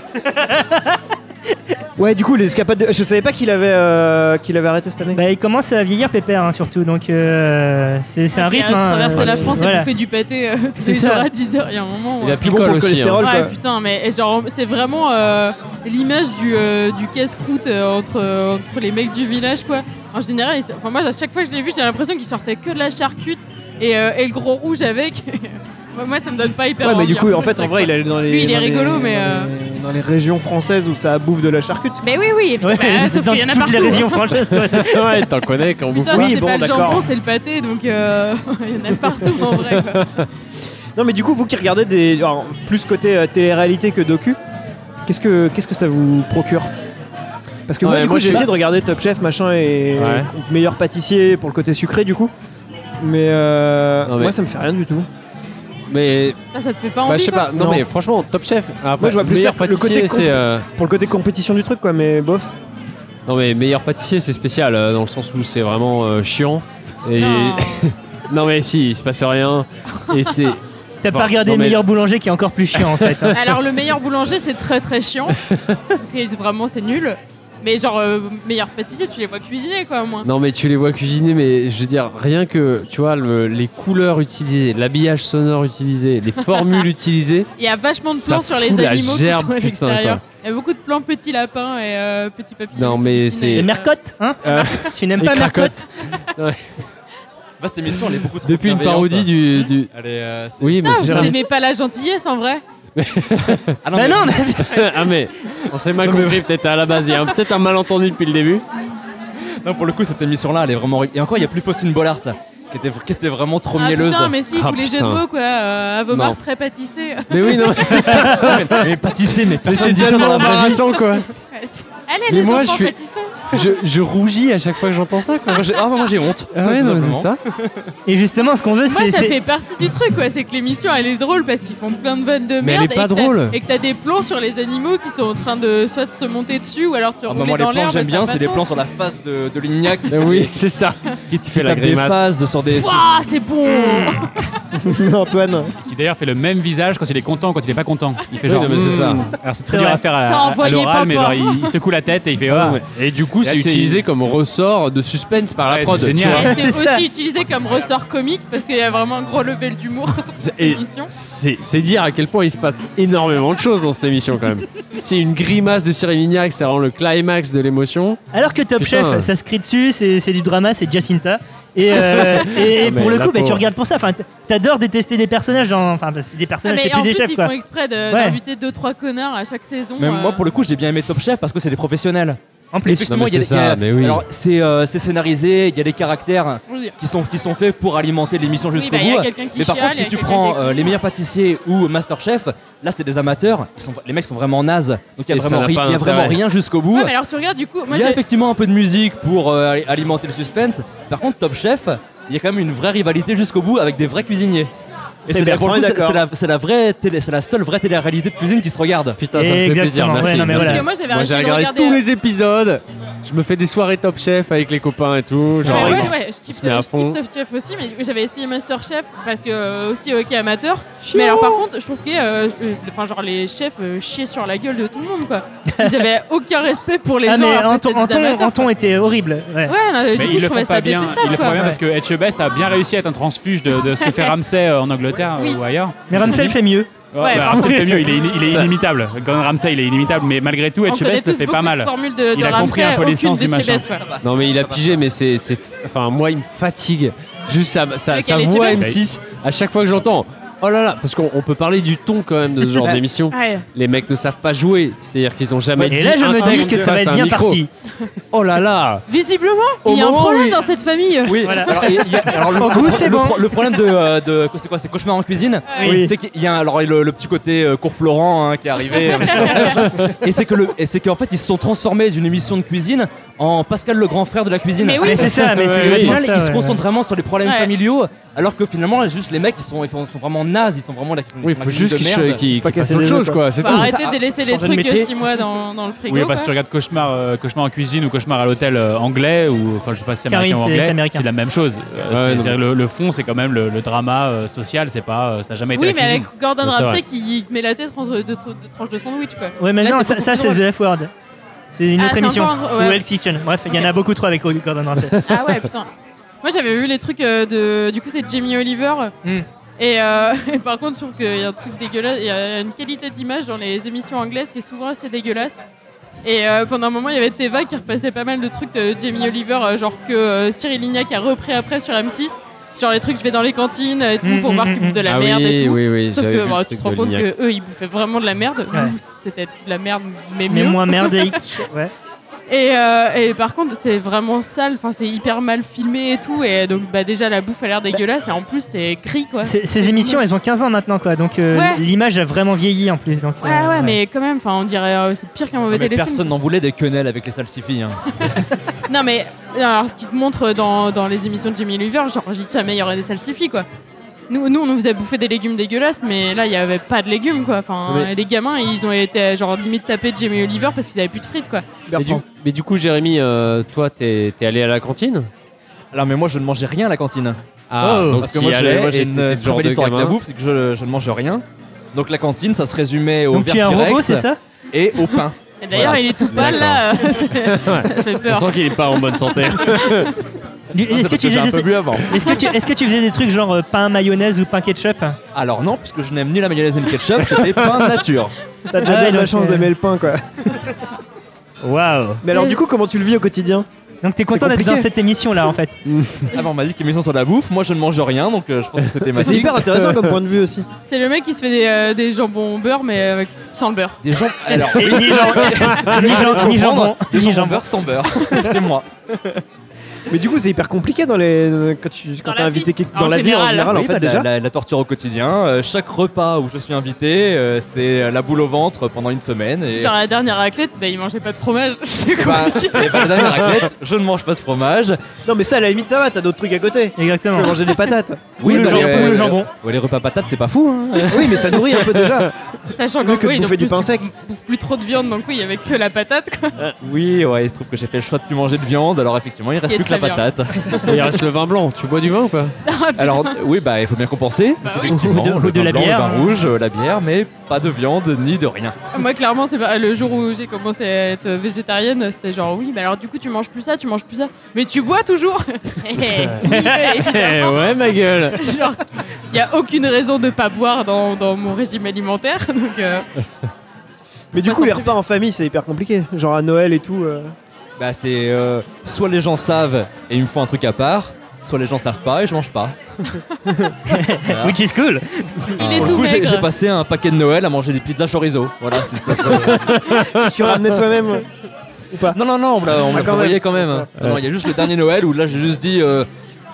Ouais, du coup, les escapades de. Je savais pas qu'il avait, euh, qu'il avait arrêté cette année.
Bah, il commence à vieillir pépère hein, surtout, donc euh, c'est c'est un
Et à
rythme. hein,
traverser
euh,
la France et
voilà.
bouffer du pâté euh, tous
C'est
les
ça.
jours à 10h, il y a un moment. où-
Il a
plus bon
picole
pour Oh, le
aussi, hein.
cholestérol,
Ouais,
quoi.
putain, mais et genre, c'est vraiment euh, l'image du, euh, du casse-croûte euh, entre, euh, entre les mecs du village, quoi. En général, ils- enfin, moi, à chaque fois que je l'ai vu, j'ai l'impression qu'ils sortaient que de la charcute et, euh, et le gros rouge avec. <laughs> moi, moi, ça me donne pas hyper
Ouais, mais
envie,
du coup,
hein,
en fait,
chaque
en vrai,
fois.
il est dans les.
Lui, il est
dans les-
rigolo, mais, euh,
Dans les, dans les régions françaises où ça bouffe de la charcute.
Mais oui, oui,
<laughs>
Ouais, <laughs>
bah, sauf
dans
qu'il y en a
toutes
partout.
les régions françaises. ouais.
<laughs> Ouais, t'en connais quand on bouffe.
Putain,
Oui,
c'est
bon,
pas le
d'accord.
jambon, c'est le pâté, donc euh, <laughs> il y en a partout en vrai. <laughs> quoi.
Non, mais du coup, vous qui regardez des. alors, plus côté euh, télé-réalité que docu, qu'est-ce que, qu'est-ce que ça vous procure Parce que moi,
Ouais,
du coup,
moi, je
j'ai
sais
essayé
pas.
de regarder Top Chef, machin, et
Ouais.
meilleur pâtissier pour le côté sucré, du coup. Mais, euh,
Non, mais-
moi, ça me fait rien du tout.
Mais
Putain, ça te fait pas envie.
bah, je sais
quoi.
pas, non,
Non.
mais franchement, top chef. Après,
Moi, je vois plus
meilleur
ça, le côté
pâtissier,
comp-
c'est. euh,
Pour le côté compétition du truc, quoi, mais bof. <laughs>
Non, mais meilleur pâtissier, c'est spécial euh, dans le sens où c'est vraiment euh, chiant. Et
Non.
<laughs> Non, mais si, il se passe rien. Et c'est.
T'as
Bon,
pas regardé
non,
le
mais-
meilleur boulanger qui est encore plus chiant en fait. hein.
Alors le meilleur boulanger c'est très très chiant. c'est vraiment c'est nul. Mais genre euh, meilleur pâtissier tu les vois cuisiner quoi au moins.
Non, mais tu les vois cuisiner, mais je veux dire, rien que, tu vois, le- les couleurs utilisées, l'habillage sonore utilisé, les
<laughs>
formules utilisées.
Il y a vachement de
Ça
plans sur les
fout la
animaux qui
gerbe,
sont à
putain,
l'extérieur.
quoi.
Il y a beaucoup de plans petits lapins et euh, petits papillons.
Non, mais
qui cuisinent,
c'est-
Et
euh,
Mercotte, hein
Euh,
<laughs> Tu n'aimes
et
pas
Cracotte.
Mercotte
Cette émission, elle est beaucoup trop
Depuis une
bienveillante.
parodie du. du-
Elle est, euh, c'est-
Oui, mais
Ah,
c'est
vous
ça.
aimez pas la gentillesse en vrai
Ah
Bah non, mais-
<laughs> ah, mais on s'est mal compris, peut-être à la base. Il y a un- peut-être un malentendu depuis le début.
Non, pour le coup, cette émission-là, elle est vraiment. Et encore, il n'y a plus Faustine Bollard, qui était, qui était vraiment trop
Ah
mielleuse.
putain mais si
Ah,
tous les jeux de
putain.
mots quoi. euh, à vos
Non.
marques prêt <laughs> pâtissé.
Mais oui,
<laughs>
non.
mais pâtissier, mais
Mais
personne
c'est
dit ça
tellement
dans la vraie vie.
embarrassant, quoi.
Allez
Mais
les
moi,
enfants
je suis-
pâtissés.
Je, je rougis à chaque fois que j'entends ça, quoi.
Moi, j'ai- Ah, moi j'ai honte.
Ah ouais, non, mais c'est
Simplement.
ça.
Et justement, ce qu'on veut,
Moi
c'est.
ça
c'est-
fait partie du truc quoi, c'est que l'émission elle est drôle parce qu'ils font plein de vannes de merde.
Mais elle est pas
et que t'as-
drôle.
Et que t'as des plans sur les animaux qui sont en train de soit de se monter dessus ou alors tu
Ah,
roules
bah, moi, les
dans
plans
l'herbe.
que j'aime
ça
bien,
a pas
c'est
de
les
sens.
plans sur la face de, de Lignac qui,
Ah Oui, c'est ça.
qui, fait
la
tape des
grimace.
phases sur des.
Ouah, c'est bon
Antoine.
Qui d'ailleurs fait le même visage quand il est content, quand il est pas content. Il fait
Oui,
genre. hmm.
non, mais c'est ça.
Alors c'est
C'est
très dur
vrai.
à faire
T'as
à, à
envoyé
l'oral, mais genre
papa.
il, il secoue la tête et il fait. Ah,
Ouais. Bah, Et du coup,
Là,
c'est
c'est-
utilisé comme ressort de suspense par la
Ouais,
prod.
c'est
tu
génial.
vois.
Et c'est
C'est ça.
aussi utilisé comme ressort comique parce qu'il y a vraiment un gros level d'humour sur cette
Et
émission.
c'est c'est dire à quel point il se passe énormément de choses dans cette émission quand même. c'est une grimace de Cyril Lignac, c'est vraiment le climax de l'émotion.
Alors que Top
Putain.
Chef, ça se crie dessus, c'est c'est du drama, c'est Jacinta. Et,
<laughs>
euh, et
Ah, mais
pour le
la
coup, bah, tu
pauvre.
regardes pour ça. Enfin, t- t'adores détester des personnages, dans- enfin, parce que des
Ah,
personnages, c'est
mais
plus
en
des
plus,
chefs,
ils
quoi.
font exprès de-
Ouais.
d'inviter deux trois connards à chaque saison.
Mais
euh,
moi, pour le coup, j'ai bien aimé Top Chef parce que c'est des professionnels.
En plus.
Effectivement,
mais
il y a-
c'est
il y a-
ça, mais oui.
Alors, c'est euh, c'est scénarisé, il y a des caractères
on le dit.
qui sont, qui sont faits pour alimenter l'émission
Oui,
jusqu'au
bah, il y a
bout.
quelqu'un qui
Mais par
chiale,
contre,
il
si
y a
tu
quelqu'un
prends
qui
euh,
écoute.
les meilleurs pâtissiers ou Masterchef, là c'est des amateurs, ils sont, les mecs sont vraiment nazes, donc il
Et
n'y a,
ça
vraiment,
n'a
ri-
pas
il y a vraiment
d'intérêt.
rien jusqu'au bout.
Ouais, mais alors tu regardes du coup, moi
il y a
j'ai-
effectivement un peu de musique pour euh, ali- alimenter le suspense. Par contre, Top Chef, il y a quand même une vraie rivalité jusqu'au bout avec des vrais cuisiniers. Et
Eh
Et
ben,
c'est la,
Bertrand
pour le coup,
est
c'est-
d'accord.
c'est la, c'est la vraie télé- c'est la seule vraie télé-réalité de cuisine qui se regarde.
Putain, ça me fait
Exactement,
plaisir,
ouais,
merci.
non,
merci.
mais
parce
voilà.
que moi j'avais
Moi j'ai
arrêté de
regardé
regarder. euh,
tous les épisodes. Je me fais des soirées Top Chef avec les copains et tout.
Ouais,
Genre,
ouais, ouais, je kiffe,
met à
je kiffe
fond.
Top Chef aussi, mais j'avais essayé Masterchef parce que euh, aussi hockey amateur. Mais alors par contre, je trouve que euh, euh, enfin genre les chefs euh, chiaient sur la gueule de tout le monde quoi. Ils avaient aucun respect pour les
ah,
gens.
mais
alors
Anton,
que c'était des
Anton,
amateurs,
Anton était horrible. ouais.
quoi. Ouais, non, du
Mais
coup,
ils
je
le
trouvais
font pas
ça
bien.
détestable
Ils le font
quoi.
pas bien parce que Etchebest a bien réussi à être un transfuge de, de ce que fait Ramsey euh, en Angleterre euh,
Oui.
ou ailleurs.
Mais Ramsey fait mieux.
Oh,
Ouais,
bah,
pardon.
Ramsey fait mieux, il est, in- il est inimitable. Gordon Ramsey, il est inimitable, mais malgré tout,
On connaît
Etchebest le
tous
fait
beaucoup
pas
De
mal.
formules de, de
Il a compris
Ramsey,
un peu l'essence
aucune
du
de chez
machin.
Best, quoi.
Non mais il a pigé mais c'est c'est enfin moi il me fatigue juste sa sa,
Le
sa
qualité
voix
basse.
M6 à chaque fois que j'entends oh là là parce qu'on on peut parler du ton quand même de ce
<laughs>
genre d'émission
Ouais.
les mecs ne savent pas jouer c'est-à-dire qu'ils ont jamais dit
Et là, je
Ah, un
me dis
texte
que ça va
face à
être
un
bien
micro.
parti.
oh là là
Visiblement,
Au
il y a un
moment où
problème
il-
dans cette famille.
Oui,
Voilà.
alors, il y a- alors, le,
goût,
le-
c'est
le-
bon.
le problème de, euh, de- c'est quoi, c'est cauchemar en cuisine.
Oui.
C'est qu'il y a un- alors le, le petit côté euh, cours Florent hein, qui est arrivé. et c'est <laughs> que le, et c'est qu'en fait ils se sont transformés d'une émission de cuisine en Pascal le grand frère de la cuisine.
Mais oui.
Mais c'est ça,
<laughs>
mais c'est euh,
Et au
exactement
final,
ça,
ils se
ouais.
concentrent vraiment sur les problèmes
Ouais.
familiaux, alors que finalement, juste les mecs, ils sont, ils sont sont vraiment nazes, ils sont vraiment la
oui
la
faut juste
de
qu'ils
merde.
se- qu'ils-
Pas
qu'ils fassent
casser
autre
les
chose
œufs,
quoi c'est
Faut
tout
arrêter de laisser les
changer de
trucs
métier.
6 mois dans, dans le frigo.
Oui, enfin,
quoi.
si tu regardes Cauchemar, euh, Cauchemar en cuisine ou Cauchemar à l'hôtel euh, anglais, ou enfin, je sais pas si américain
Car
ou
oui, c'est
anglais,
américain.
c'est la même chose. Euh,
Ouais,
c'est-
non.
c'est-à-dire le, le fond, c'est quand même le, le drama euh, social, c'est pas, euh, ça a jamais été la
Oui, mais
cuisine.
avec Gordon
Ouais, c'est vrai.
Ramsay qui met la tête entre deux, tr- deux tranches de sandwich quoi.
Ouais, mais
Là,
non,
c'est
ça,
beaucoup
ça,
plus
c'est
drôle.
The F Word. C'est une
Ah,
autre
c'est
émission.
encore un-
Ou
ouais.
Hell's Kitchen. Bref, il y en a
<laughs> Ok.
beaucoup trop avec Gordon Ramsay.
Ah ouais, putain. Moi, j'avais vu les trucs euh, de. Du coup, c'est Jamie Oliver.
Hmm.
Et, euh, <laughs> et par contre, je trouve qu'il y a un truc dégueulasse. Il y a une qualité d'image dans les émissions anglaises qui est souvent assez dégueulasse. Et euh, pendant un moment, il y avait Teva qui repassait pas mal de trucs de Jamie Oliver, euh, genre que euh, Cyril Lignac a repris après sur M6. Genre les trucs, je vais dans les cantines et tout
Hmm,
pour
hmm,
voir
hmm,
qu'ils bouffent de la
ah
merde
oui,
et tout.
oui oui
Sauf
j'avais
que
vu
bah,
le
tu
truc
te
de
rends compte
Lignac.
que eux ils bouffaient vraiment de la merde.
Ouais.
Nous, c'était de la merde, mais
Mais
mieux.
moins
<laughs>
merdique. Ouais.
Et, euh, et par contre, c'est vraiment sale, enfin, c'est hyper mal filmé et tout. Et donc, bah, déjà, la bouffe a l'air dégueulasse et en plus, c'est gris quoi.
Ces, ces émissions, elles ont 15 ans maintenant, quoi. Donc euh,
Ouais.
l'image a vraiment vieilli en plus. Donc,
Ouais,
euh,
ouais, mais quand même, enfin, on dirait euh, c'est pire qu'un mauvais
Non, mais
téléfilm.
personne n'en voulait des quenelles avec les salsifis. Hein.
Non, mais alors, ce qui te montre dans, dans les émissions de Jimmy Oliver, genre, j'ai dit jamais il y aurait des salsifis quoi. Nous, nous, on nous faisait bouffer des légumes dégueulasses, mais là, il n'y avait pas de légumes quoi. Enfin,
Mais-
les gamins, ils ont été genre limite tapés de Jimmy Oliver parce qu'ils avaient plus de frites quoi.
mais du, mais du coup Jérémy euh, toi t'es t'es allé à la cantine
Oh.
Alors, Ah, mais moi, je ne mangeais rien à la cantine.
ah
Oh.
donc
Parce que
t'y
moi,
allais
j'ai moi, j'ai
et
une
t'étais le
très
genre
belle
de
histoire avec la
gamin.
bouffe, c'est que je, je ne mange rien. Donc, la cantine, ça se résumait au
Donc tu es un
Verpirex
robot, c'est ça
et au pain.
Et D'ailleurs,
Voilà.
il est tout pâle là. euh, c'est- <laughs> ça fait
on
peur.
sent qu'il est pas en bonne
<laughs>
santé
Du-
Non,
Est-ce
Ah, c'est
que,
parce
tu
que
faisais
j'ai un peu
des-
bu avant.
est-ce que, tu- est-ce que tu faisais des trucs genre euh, pain mayonnaise ou pain ketchup
Alors non, puisque je n'aime ni la mayonnaise ni le ketchup,
<laughs>
c'était pain nature.
T'as déjà
Ah ouais,
bien de la
donc,
chance
euh,
d'aimer le pain, quoi.
Waouh
Mais alors,
Mais-
du coup, comment tu le vis au quotidien
Donc t'es content d'être
compliqué.
dans cette émission là en fait.
Avant, on m'a dit qu'il émission sur la bouffe, moi je ne mange rien, donc euh, je pense que c'était ma
C'est hyper <laughs> intéressant comme point de vue aussi.
C'est le mec qui se fait des, euh, des jambons au beurre, mais avec- sans le beurre.
Des gens... Alors,
Et ni jambon, ni jambon, ni jambon,
des
ni
gens
jambon.
beurre sans beurre, <laughs> c'est moi.
Mais du coup, c'est hyper compliqué dans les quand tu quand
Dans
t'es
la
invité
vie,
quelque-
en
dans la vie en
général.
général, en
Oui, bah,
fait
la-
déjà.
la, la torture au quotidien, euh, chaque repas où je suis invité, euh, c'est la boule au ventre pendant une semaine. Et... <laughs>
Genre la dernière raclette, bah, il mangeait pas de fromage. <laughs> C'est
Bah,
compliqué.
et bah, la dernière raclette, je ne mange pas de fromage.
Non, mais ça, à la limite, ça va. T'as d'autres trucs à côté. Tu
Exactement.
peux manger des patates.
Oui, le
bah,
jambon,
les-
le jambon.
Ouais, les repas patates, c'est pas fou. hein.
oui, mais ça nourrit un peu <laughs> déjà.
Sachant
Mieux
qu'en
que
oui,
de
donc
bouffer
plus,
du pain
tu
sec.
bouffes plus trop de viande, donc oui, il y avait que la patate.
<laughs>
Quoi.
Oui, ouais, il se trouve que j'ai fait le choix de plus manger de viande, alors effectivement, il reste
est
plus que la
très bien.
patate.
il reste le vin blanc tu bois du vin ou pas
Alors oui, bah il faut bien compenser.
Bah
Donc,
oui.
effectivement,
Ou de-
le
ou de
vin
la
blanc,
bière,
le vin
hein.
rouge, euh, la bière, mais pas de viande ni de rien.
Moi, clairement, c'est pas le jour où j'ai commencé à être végétarienne, c'était genre oui, mais alors du coup, tu manges plus ça, tu manges plus ça, mais tu bois
<laughs>
toujours. Eh, oui, évidemment.
Eh ouais ma gueule
Genre, il y a aucune raison de pas boire dans, dans mon régime alimentaire, <laughs> donc. euh,
Mais du
Moi,
coup,
ça
les
me
repas en famille, c'est hyper compliqué. Genre à Noël et tout. euh.
Bah c'est euh, soit les gens savent et ils me font un truc à part, soit les gens savent pas et je mange pas.
Which is cool.
Il est
Ah, Pour le
tout
coup, j'ai
maigre.
j'ai passé un paquet de Noël à manger des pizzas chorizo. Voilà,
<laughs>
c'est ça.
Tu ramenais toi-même.
non, non, non, on me l'a on me
Ah,
l'a
quand
envoyé
même.
quand même. hein.
Ça.
Non, non, il y a juste le dernier Noël où là j'ai juste dit. euh,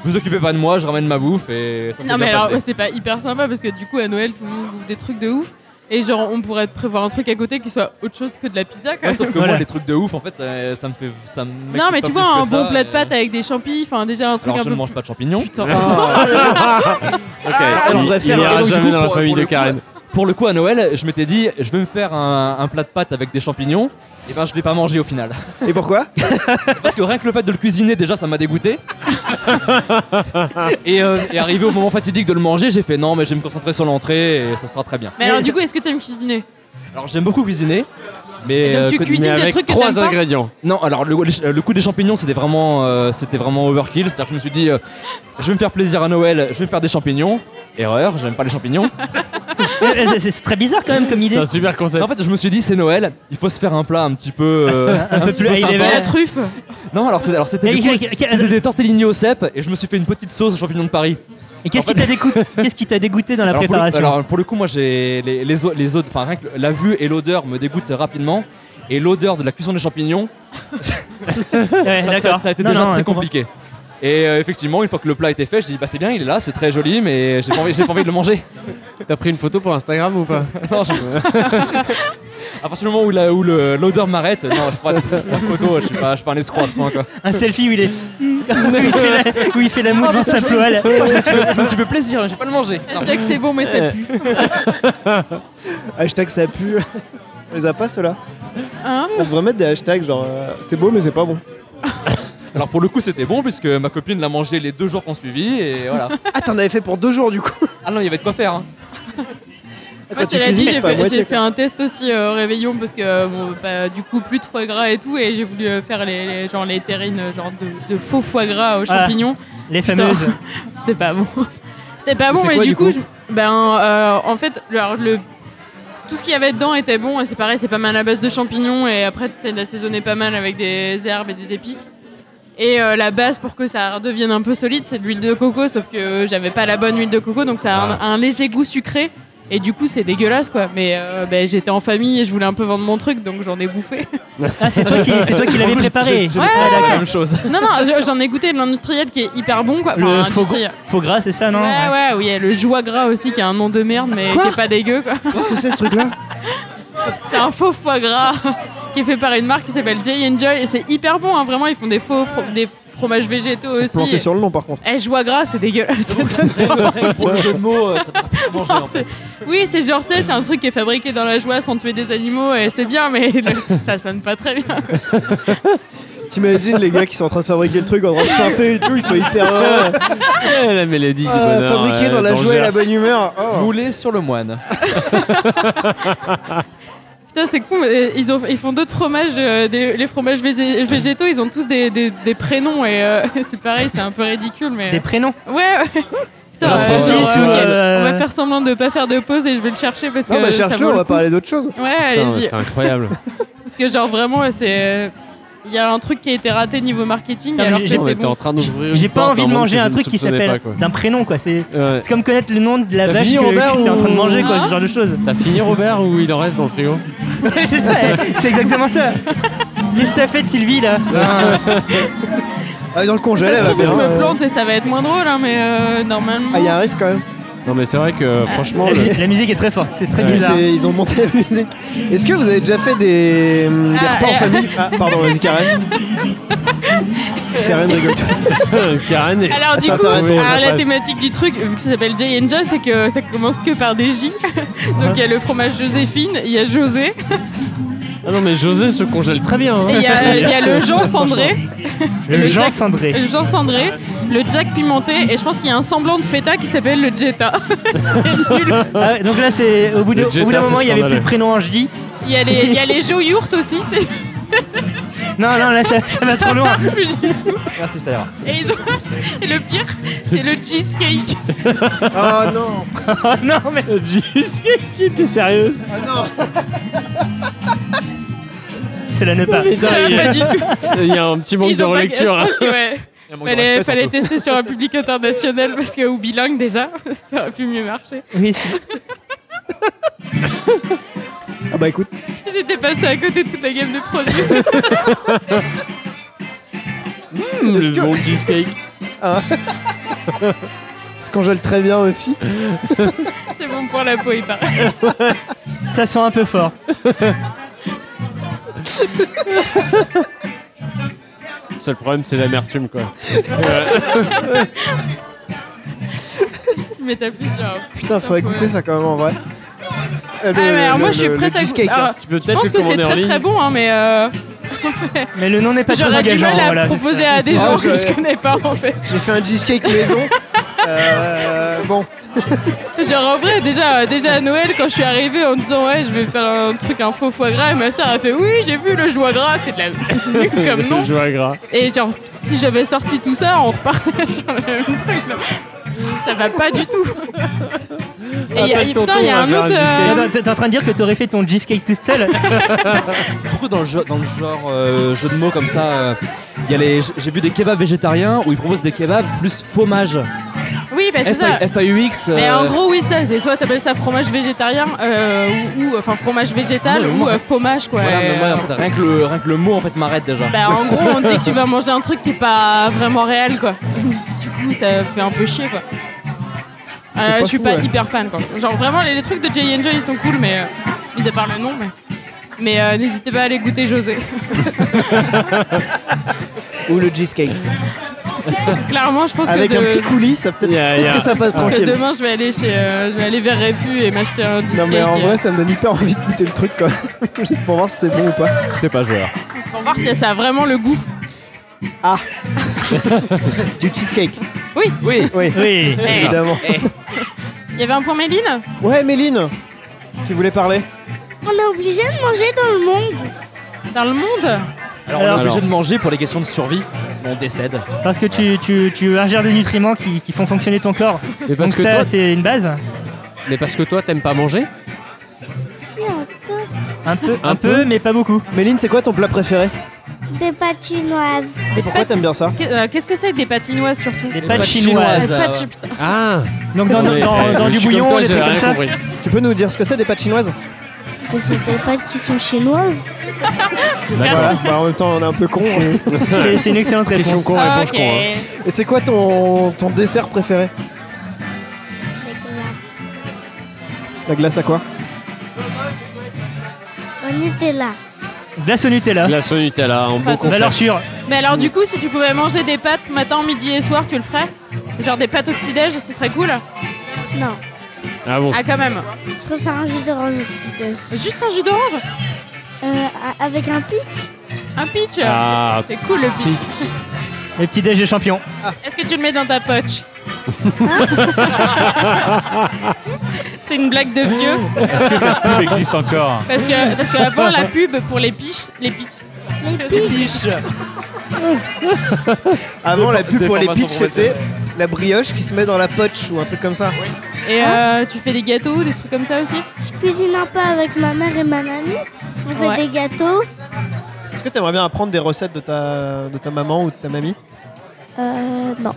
vous occupez pas de moi, je ramène ma bouffe et ça s'est
Non mais
bien
alors
passé.
ouais, c'est pas hyper sympa parce que du coup à Noël tout le monde bouffe des trucs de ouf et genre on pourrait prévoir un truc à côté qui soit autre chose que de la pizza quand
Ouais,
même.
sauf que
Voilà.
moi, les trucs de ouf, en fait, ça, ça me fait. Ça me
non mais
m'excite
tu
pas
vois un
plus que
bon
ça,
plat de
et-
pâtes avec des champis, enfin déjà un truc
Alors,
un
je
peu
ne mange
plus-
pas de champignons.
Putain.
Ok.
Ah, on devrait
il
faire un-
ira
donc, du
jamais
coup,
dans la
pour-
famille
pour
de
le coup,
Karen
Pour le coup, à Noël, je m'étais dit, je vais me faire un, un plat de pâtes avec des champignons. Et ben je l'ai pas mangé au final. <laughs>
Et pourquoi
Parce que rien que le fait de le cuisiner déjà ça m'a dégoûté.
<laughs>
et, euh, et arrivé au moment fatidique de le manger, j'ai fait non mais je vais me concentrer sur l'entrée et ça sera très bien.
Mais alors, du coup, est-ce que t'aimes cuisiner
Alors j'aime beaucoup cuisiner. Mais
Et donc, tu
euh, que-
cuisines
mais
des
avec
trucs que t'aimes
Trois
pas
ingrédients.
Non, alors le, le- le coup des champignons, c'était vraiment, euh, c'était vraiment overkill. C'est-à-dire que je me suis dit, euh, je vais me faire plaisir à Noël, je vais me faire des champignons. Erreur, j'aime pas les champignons.
Eh, eh, C'est c'est très bizarre quand même comme
C'est
idée.
un super concept.
en fait, je me suis dit, c'est Noël, il faut se faire un plat un petit peu, euh,
<laughs>
un,
peu
petit
plus high
sympa.
C'est
level.
la truffe.
Non, alors c'est- alors, c'était
Mais
du coup,
quel- quel-
c'était des tortellini au cèpe et je me suis fait une petite sauce aux champignons de Paris.
Et qu'est-ce qui
en
t'a décou- qu'est-ce qui t'a dégoûté dans la
alors, pour le,
préparation
alors, pour le coup, moi j'ai les les, o- les autres, enfin rien que le- la vue et l'odeur me dégoûtent rapidement. Et l'odeur de la cuisson des champignons,
Ouais,
ça, ça-
D'accord.
ça a été
Non,
déjà
non,
très
je comprends.
compliqué. Et euh, effectivement, une fois que le plat était fait, je dis bah c'est bien, il est là, c'est très joli, mais j'ai pas envie, j'ai pas envie de le manger. <laughs>
T'as pris une photo pour Instagram ou pas
Non, je- <laughs> à partir du moment où la- où le- l'odeur m'arrête, non, je prends, je prends cette photo, je suis pas, je suis pas un escroc à ce point quoi.
Un selfie où il
<laughs>
est. où il fait la, où il fait la moue devant sa ploëlle.
je, me suis fait, je me suis fait plaisir, j'ai pas le mangé. Non.
Hashtag c'est bon, mais
Eh,
ça pue.
<laughs> Hashtag ça pue. <laughs> On les a pas ceux-là.
Hein
On devrait mettre des hashtags genre euh, c'est beau mais c'est pas bon.
Alors pour le coup, c'était bon puisque ma copine l'a mangé les deux jours qu'on suivit et voilà.
Ah t'en avais fait pour deux jours du coup.
Ah non, il y avait de quoi faire. hein.
Moi,
tu
cela
cuisines,
dit,
c'est
j'ai
pas à
fait,
moitié,
j'ai
quoi.
fait un test aussi euh, au réveillon parce que euh, bon, bah, du coup plus de foie gras et tout et j'ai voulu euh, faire les, les- genre les terrines euh, genre de, de faux foie gras aux
Ah.
champignons.
Les
Putain,
fameuses.
C'était pas bon. <laughs> C'était pas bon
c'est
mais
quoi,
du
du
coup,
coup
je- ben euh, en fait le- alors, le tout ce qu'il y avait dedans était bon et c'est pareil, c'est pas mal à base de champignons et après c'est d'assaisonner pas mal avec des herbes et des épices. Et euh, la base pour que ça redevienne un peu solide, c'est de l'huile de coco, sauf que euh, j'avais pas la bonne huile de coco, donc ça a un, un léger goût sucré. Et du coup, c'est dégueulasse, quoi. Mais euh, ben, j'étais en famille et je voulais un peu vendre mon truc, donc j'en ai bouffé. <laughs>
Ah, c'est toi qui, c'est toi qui l'avais préparé. Ah,
J'ai
Ouais,
pas
ouais,
la
ouais.
même <laughs> chose.
non, non, je- j'en ai goûté de l'industriel qui est hyper bon, quoi. Enfin,
Le faux, gras-
industriel.
faux gras, c'est ça, non
ouais, ouais, oui, il y a le joie gras aussi qui a un nom de merde, mais
Quoi
qui est pas dégueu, quoi.
Qu'est-ce que c'est ce truc là
C'est un faux foie gras <laughs> qui est fait par une marque qui s'appelle Jay Enjoy et c'est hyper bon, hein, vraiment. Ils font des faux fro- des fromages végétaux
C'est planté
<laughs> aussi.
sur le nom par contre.
Eh, joie gras, c'est dégueulasse. ça <laughs> donne pas
Pour le jeu de mots, euh, ça peut pas se manger en fait.
Oui, c'est genre, tu sais, c'est un truc qui est fabriqué dans la joie sans tuer des animaux et c'est bien, mais <laughs> le- ça sonne pas très bien.
T'imagines les gars qui sont en train de fabriquer le truc en train de chanter et tout, ils sont hyper heureux.
Eh, La mélodie du
Ah,
bonheur.
fabriqué
euh,
dans la
le
joie et la
Gers.
bonne humeur. Oh.
Moulé sur le moine.
Putain, c'est con. mais euh, Ils, ont, ils font d'autres fromages, euh, des- les fromages végé- végétaux, ils ont tous des, des- des prénoms et euh, <laughs> c'est pareil, c'est un peu ridicule, mais.
Des prénoms.
Ouais, ouais. <laughs> Putain,
Alors,
euh,
Francis,
genre,
ou,
ok,
euh,
on va faire semblant de pas faire de pause et je vais le chercher parce que.
Non bah
ça
cherche-le,
vaut
on
le
va
coup.
parler d'autre chose.
Ouais,
Putain,
allez-y.
C'est incroyable.
<laughs> Parce que, genre, vraiment, euh, c'est. Il y a un truc qui a été raté niveau marketing,
Non, mais
alors
j'ai-
que
j'ai-
c'est
Non, mais T'es
bon.
en train
Euh,
d'ouvrir.
J'ai
une
pas
porte
envie de
d'un monde
manger
que
un
je ne
truc qui
soupçonnais
s'appelle
pas, quoi.
d'un prénom, quoi. C'est
Ouais.
c'est comme connaître le nom de la
T'as
vache
fini,
que,
Robert,
que t'es en train de
ou-
manger, quoi.
Hein
Ah.
ce genre de choses. <laughs>
T'as fini Robert ou il en reste dans le frigo
Ouais, c'est ça,
<laughs>
c'est exactement ça. L'estafette Sylvie là.
Ah dans le congé,
Ça se
elle va
trouve, je
bien.
me
euh.
plante et ça va être moins drôle, hein, mais euh, normalement.
Ah, il y a un risque quand même.
Non mais c'est vrai que euh, franchement, le- <laughs>
La musique est très forte, c'est très
Ouais.
bizarre.
C'est- Ils ont monté la musique. Est-ce que vous avez déjà fait des, des
Ah,
repas en
et- <laughs>
famille Ah, pardon, vas-y, Karen. Karen rigole.
Karen est-
Alors, du
Ça
coup,
t'arrête
pour
alors,
ça,
la
page.
thématique du truc, vu que ça s'appelle Jay and Joy, c'est que ça commence que par des J. <laughs> Donc, il y a le fromage Joséphine, il y a José,
Ah non mais José se congèle très bien. hein.
et il
<laughs>
y a, il y a le Jean Cendré,
Le
le
Jean
Jack-
Cendré.
le Jean Cendré, le Jack Pimenté, et je pense qu'il y a un semblant de feta qui s'appelle le Jetta. <laughs> c'est nul.
Ah ouais, donc là c'est au bout de-
Le
au bout
Jetta,
d'un moment
c'est
il y avait
scandaleux.
plus le prénom Angie.
Il y a les, il y a les Joyourt aussi, c'est
Non non là ça, ça va Ah,
ça
<laughs>
trop loin.
marche plus du tout.
Merci, ça ira.
Et, ils ont- et le pire, c'est le cheesecake.
Ah non,
Oh, non mais
Cheesecake, qui était sérieuse
ah non.
<laughs> cela ne pas.
Ça va pas du tout.
Il y a un petit manque
Ils
de
ont pas- je
relecture. hein.
pense que, ouais.
Il y a un manque de
Fallait,
respect,
fallait
surtout.
tester sur un public international parce que ou bilingue déjà, <laughs> ça aurait pu mieux marcher.
<laughs> Oui. c'est-
Ah bah écoute,
J'étais passé à côté de toute la gamme de produits. <laughs>
est-ce
Le
que Ah.
bon cheesecake.
<laughs> se congèle très bien aussi
C'est bon pour la peau, il paraît.
Ça sent un peu fort.
hein. Seul problème c'est l'amertume quoi.
Je m'étais plus genre.
Putain, faudrait goûter ça quand même en vrai. Euh, le-
Ah, mais alors
le-
moi, je suis
le-
prête
le
à
cheesecake,
goûter. Alors,
hein.
Tu peux
Je
peut-être
pense
le
que c'est
commander en
très
ligne.
très bon, hein, mais euh,
Mais le nom n'est pas très
j'aurais du
engageant.
mal à
voilà.
proposer à des
Ah,
gens
je-
que je connais pas en fait.
J'ai fait un cheesecake maison.
<laughs>
Euh, bon,
Genre en vrai, déjà, euh, déjà à Noël, quand je suis arrivée en disant ouais, je vais faire un truc, un faux foie gras, et ma soeur a fait oui, j'ai vu le joie gras, c'est de la c'est nul comme nom.
Joie gras.
Et genre, si j'avais sorti tout ça, on repartait <laughs> sur le même truc. là. Ça va pas du tout. Et il y a-
Appelle
putain,
tonton,
il y a
on va
un
faire un
autre.
cheesecake.
euh,
Attends, T'es en train de dire que t'aurais fait ton cheesecake tout
<laughs>
seul
Beaucoup dans le, jeu- dans le genre euh, jeu de mots comme ça. euh, il y a les- j- J'ai vu des kebabs végétariens où ils proposent des kebabs plus fromage.
Oui, bah c'est ça.
FAUX. euh,
Mais en gros, oui, ça, c'est soit t'appelles ça fromage végétarien euh, ou, ou, enfin fromage végétal
Ouais,
ou
moi-
euh, fromage quoi.
voilà,
Et,
mais moi, en fait, rien, que le, rien que le mot en fait m'arrête déjà.
Bah en gros on te dit que tu vas manger un truc qui est pas vraiment réel quoi. <laughs> Du coup ça fait un peu chier quoi. Euh,
pas
je suis
fou,
pas
ouais.
hyper fan quoi. Genre vraiment les, les trucs de Jay and Joy ils sont cool mais euh, mis à part le nom mais. Mais euh, n'hésitez pas à aller goûter José. <laughs>
ou le cheesecake.
Clairement je pense
Avec
que,
un
de-
petit coulis, ça peut-être
Il y a-
peut-être
il y a-
que ça passe
que
tranquille.
demain je vais aller chez euh, je vais aller vers Répu et m'acheter un cheesecake.
Non mais en
euh,
vrai, ça me donne hyper envie de goûter le truc quand même. <laughs> Juste pour voir si c'est bon ou pas.
T'es pas joueur.
pour voir si ça a vraiment le goût.
Du cheesecake,
Oui.
oui,
Oui.
Eh,
évidemment.
Il y avait un point Méline
Ouais, Méline, qui voulait parler
On est obligé de manger dans le monde.
dans le monde.
Alors,
Alors-
on est obligé de manger pour les questions de survie. Sinon on décède.
Parce que tu, tu, tu ingères des nutriments qui, qui font fonctionner ton corps.
Mais parce
Donc
que
ça,
toi,
c'est une base.
mais parce que toi, t'aimes pas manger
Si, un peu.
Un peu,
Un
un, peu,
peu.
mais pas beaucoup.
Méline, c'est quoi ton plat préféré
Des pâtes chinoises.
Et pourquoi t'aimes bien ça
Qu'est- euh, Qu'est-ce que c'est que des patinoises surtout
Des
pâtes
pâtes chinoises.
chinoises.
Des pâtes, putain.
Ah.
Donc dans, dans, dans- dans du bouillon, des trucs comme ça.
Tu peux nous dire ce que c'est des pâtes chinoises
Mais c'est des pâtes qui sont chinoises.
Voilà, bah, en même temps, on est un peu <laughs> con.
C'est c'est une excellente
Question
réponse.
con, réponse
Ah, Ok.
con. hein.
Et c'est quoi ton, ton dessert préféré
Des glaces.
La glace à quoi
Au Nutella.
Glace au Nutella.
Glace au Nutella,
Bah,
un bon
Attends.
Valeur
concept.
sûre.
Mais alors du coup, si tu pouvais manger des pâtes matin, midi et soir, tu le ferais Genre des pâtes au petit-déj, ce serait cool
Non.
Ah bon
Ah quand même.
Je préfère un jus d'orange au petit déj.
Juste un jus d'orange
Euh, a- avec un pitch
Un pitch
Ah,
C'est cool le pitch.
Les petits déj des champions.
Est-ce que tu le mets dans ta poche C'est une blague de vieux.
Est-ce que cette pub existe encore
Parce que parce qu'avant la pub pour les piches, les pitch.
Les
C'est
pitchs
Avant, la pub
des
pour les
formations
pitchs, c'était la brioche qui se met dans la poche ou un truc comme ça.
Et euh, tu fais des gâteaux, des trucs comme ça aussi
Je cuisine un peu avec ma mère et ma mamie. On fait
Ouais.
des gâteaux.
Est-ce que t'aimerais bien apprendre des recettes de ta, de ta maman ou de ta mamie
Euh, non.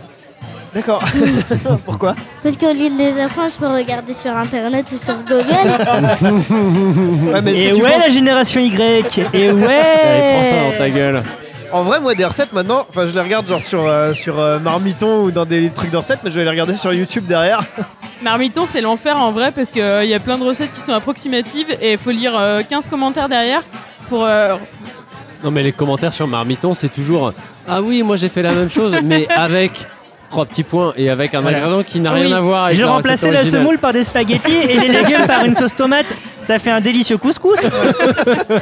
D'accord. <laughs> Pourquoi
Parce qu'au lieu de les apprendre, je peux regarder sur internet ou sur <laughs> Google.
Ouais, mais est-ce
Et
que tu
ouais,
penses-
la génération Y. <laughs>
Allez,
Et ouais.
prends
Eh.
ça dans ta gueule.
En vrai, moi, des recettes maintenant, enfin, je les regarde genre sur, euh, sur euh, Marmiton ou dans des trucs de recettes, mais je vais les regarder sur YouTube derrière.
Marmiton, c'est l'enfer en vrai parce qu'il y a plein de recettes qui sont approximatives et il faut lire euh, 15 commentaires derrière pour euh,
Non mais les commentaires sur Marmiton, c'est toujours ah oui, moi j'ai fait la même chose,
<laughs>
mais avec trois petits points et avec un
Voilà.
ingrédient qui n'a
Oui.
rien à voir avec
J'ai
la
remplacé
recette
la
originale.
semoule par des spaghettis et les légumes par une sauce tomate. Ça fait un délicieux couscous.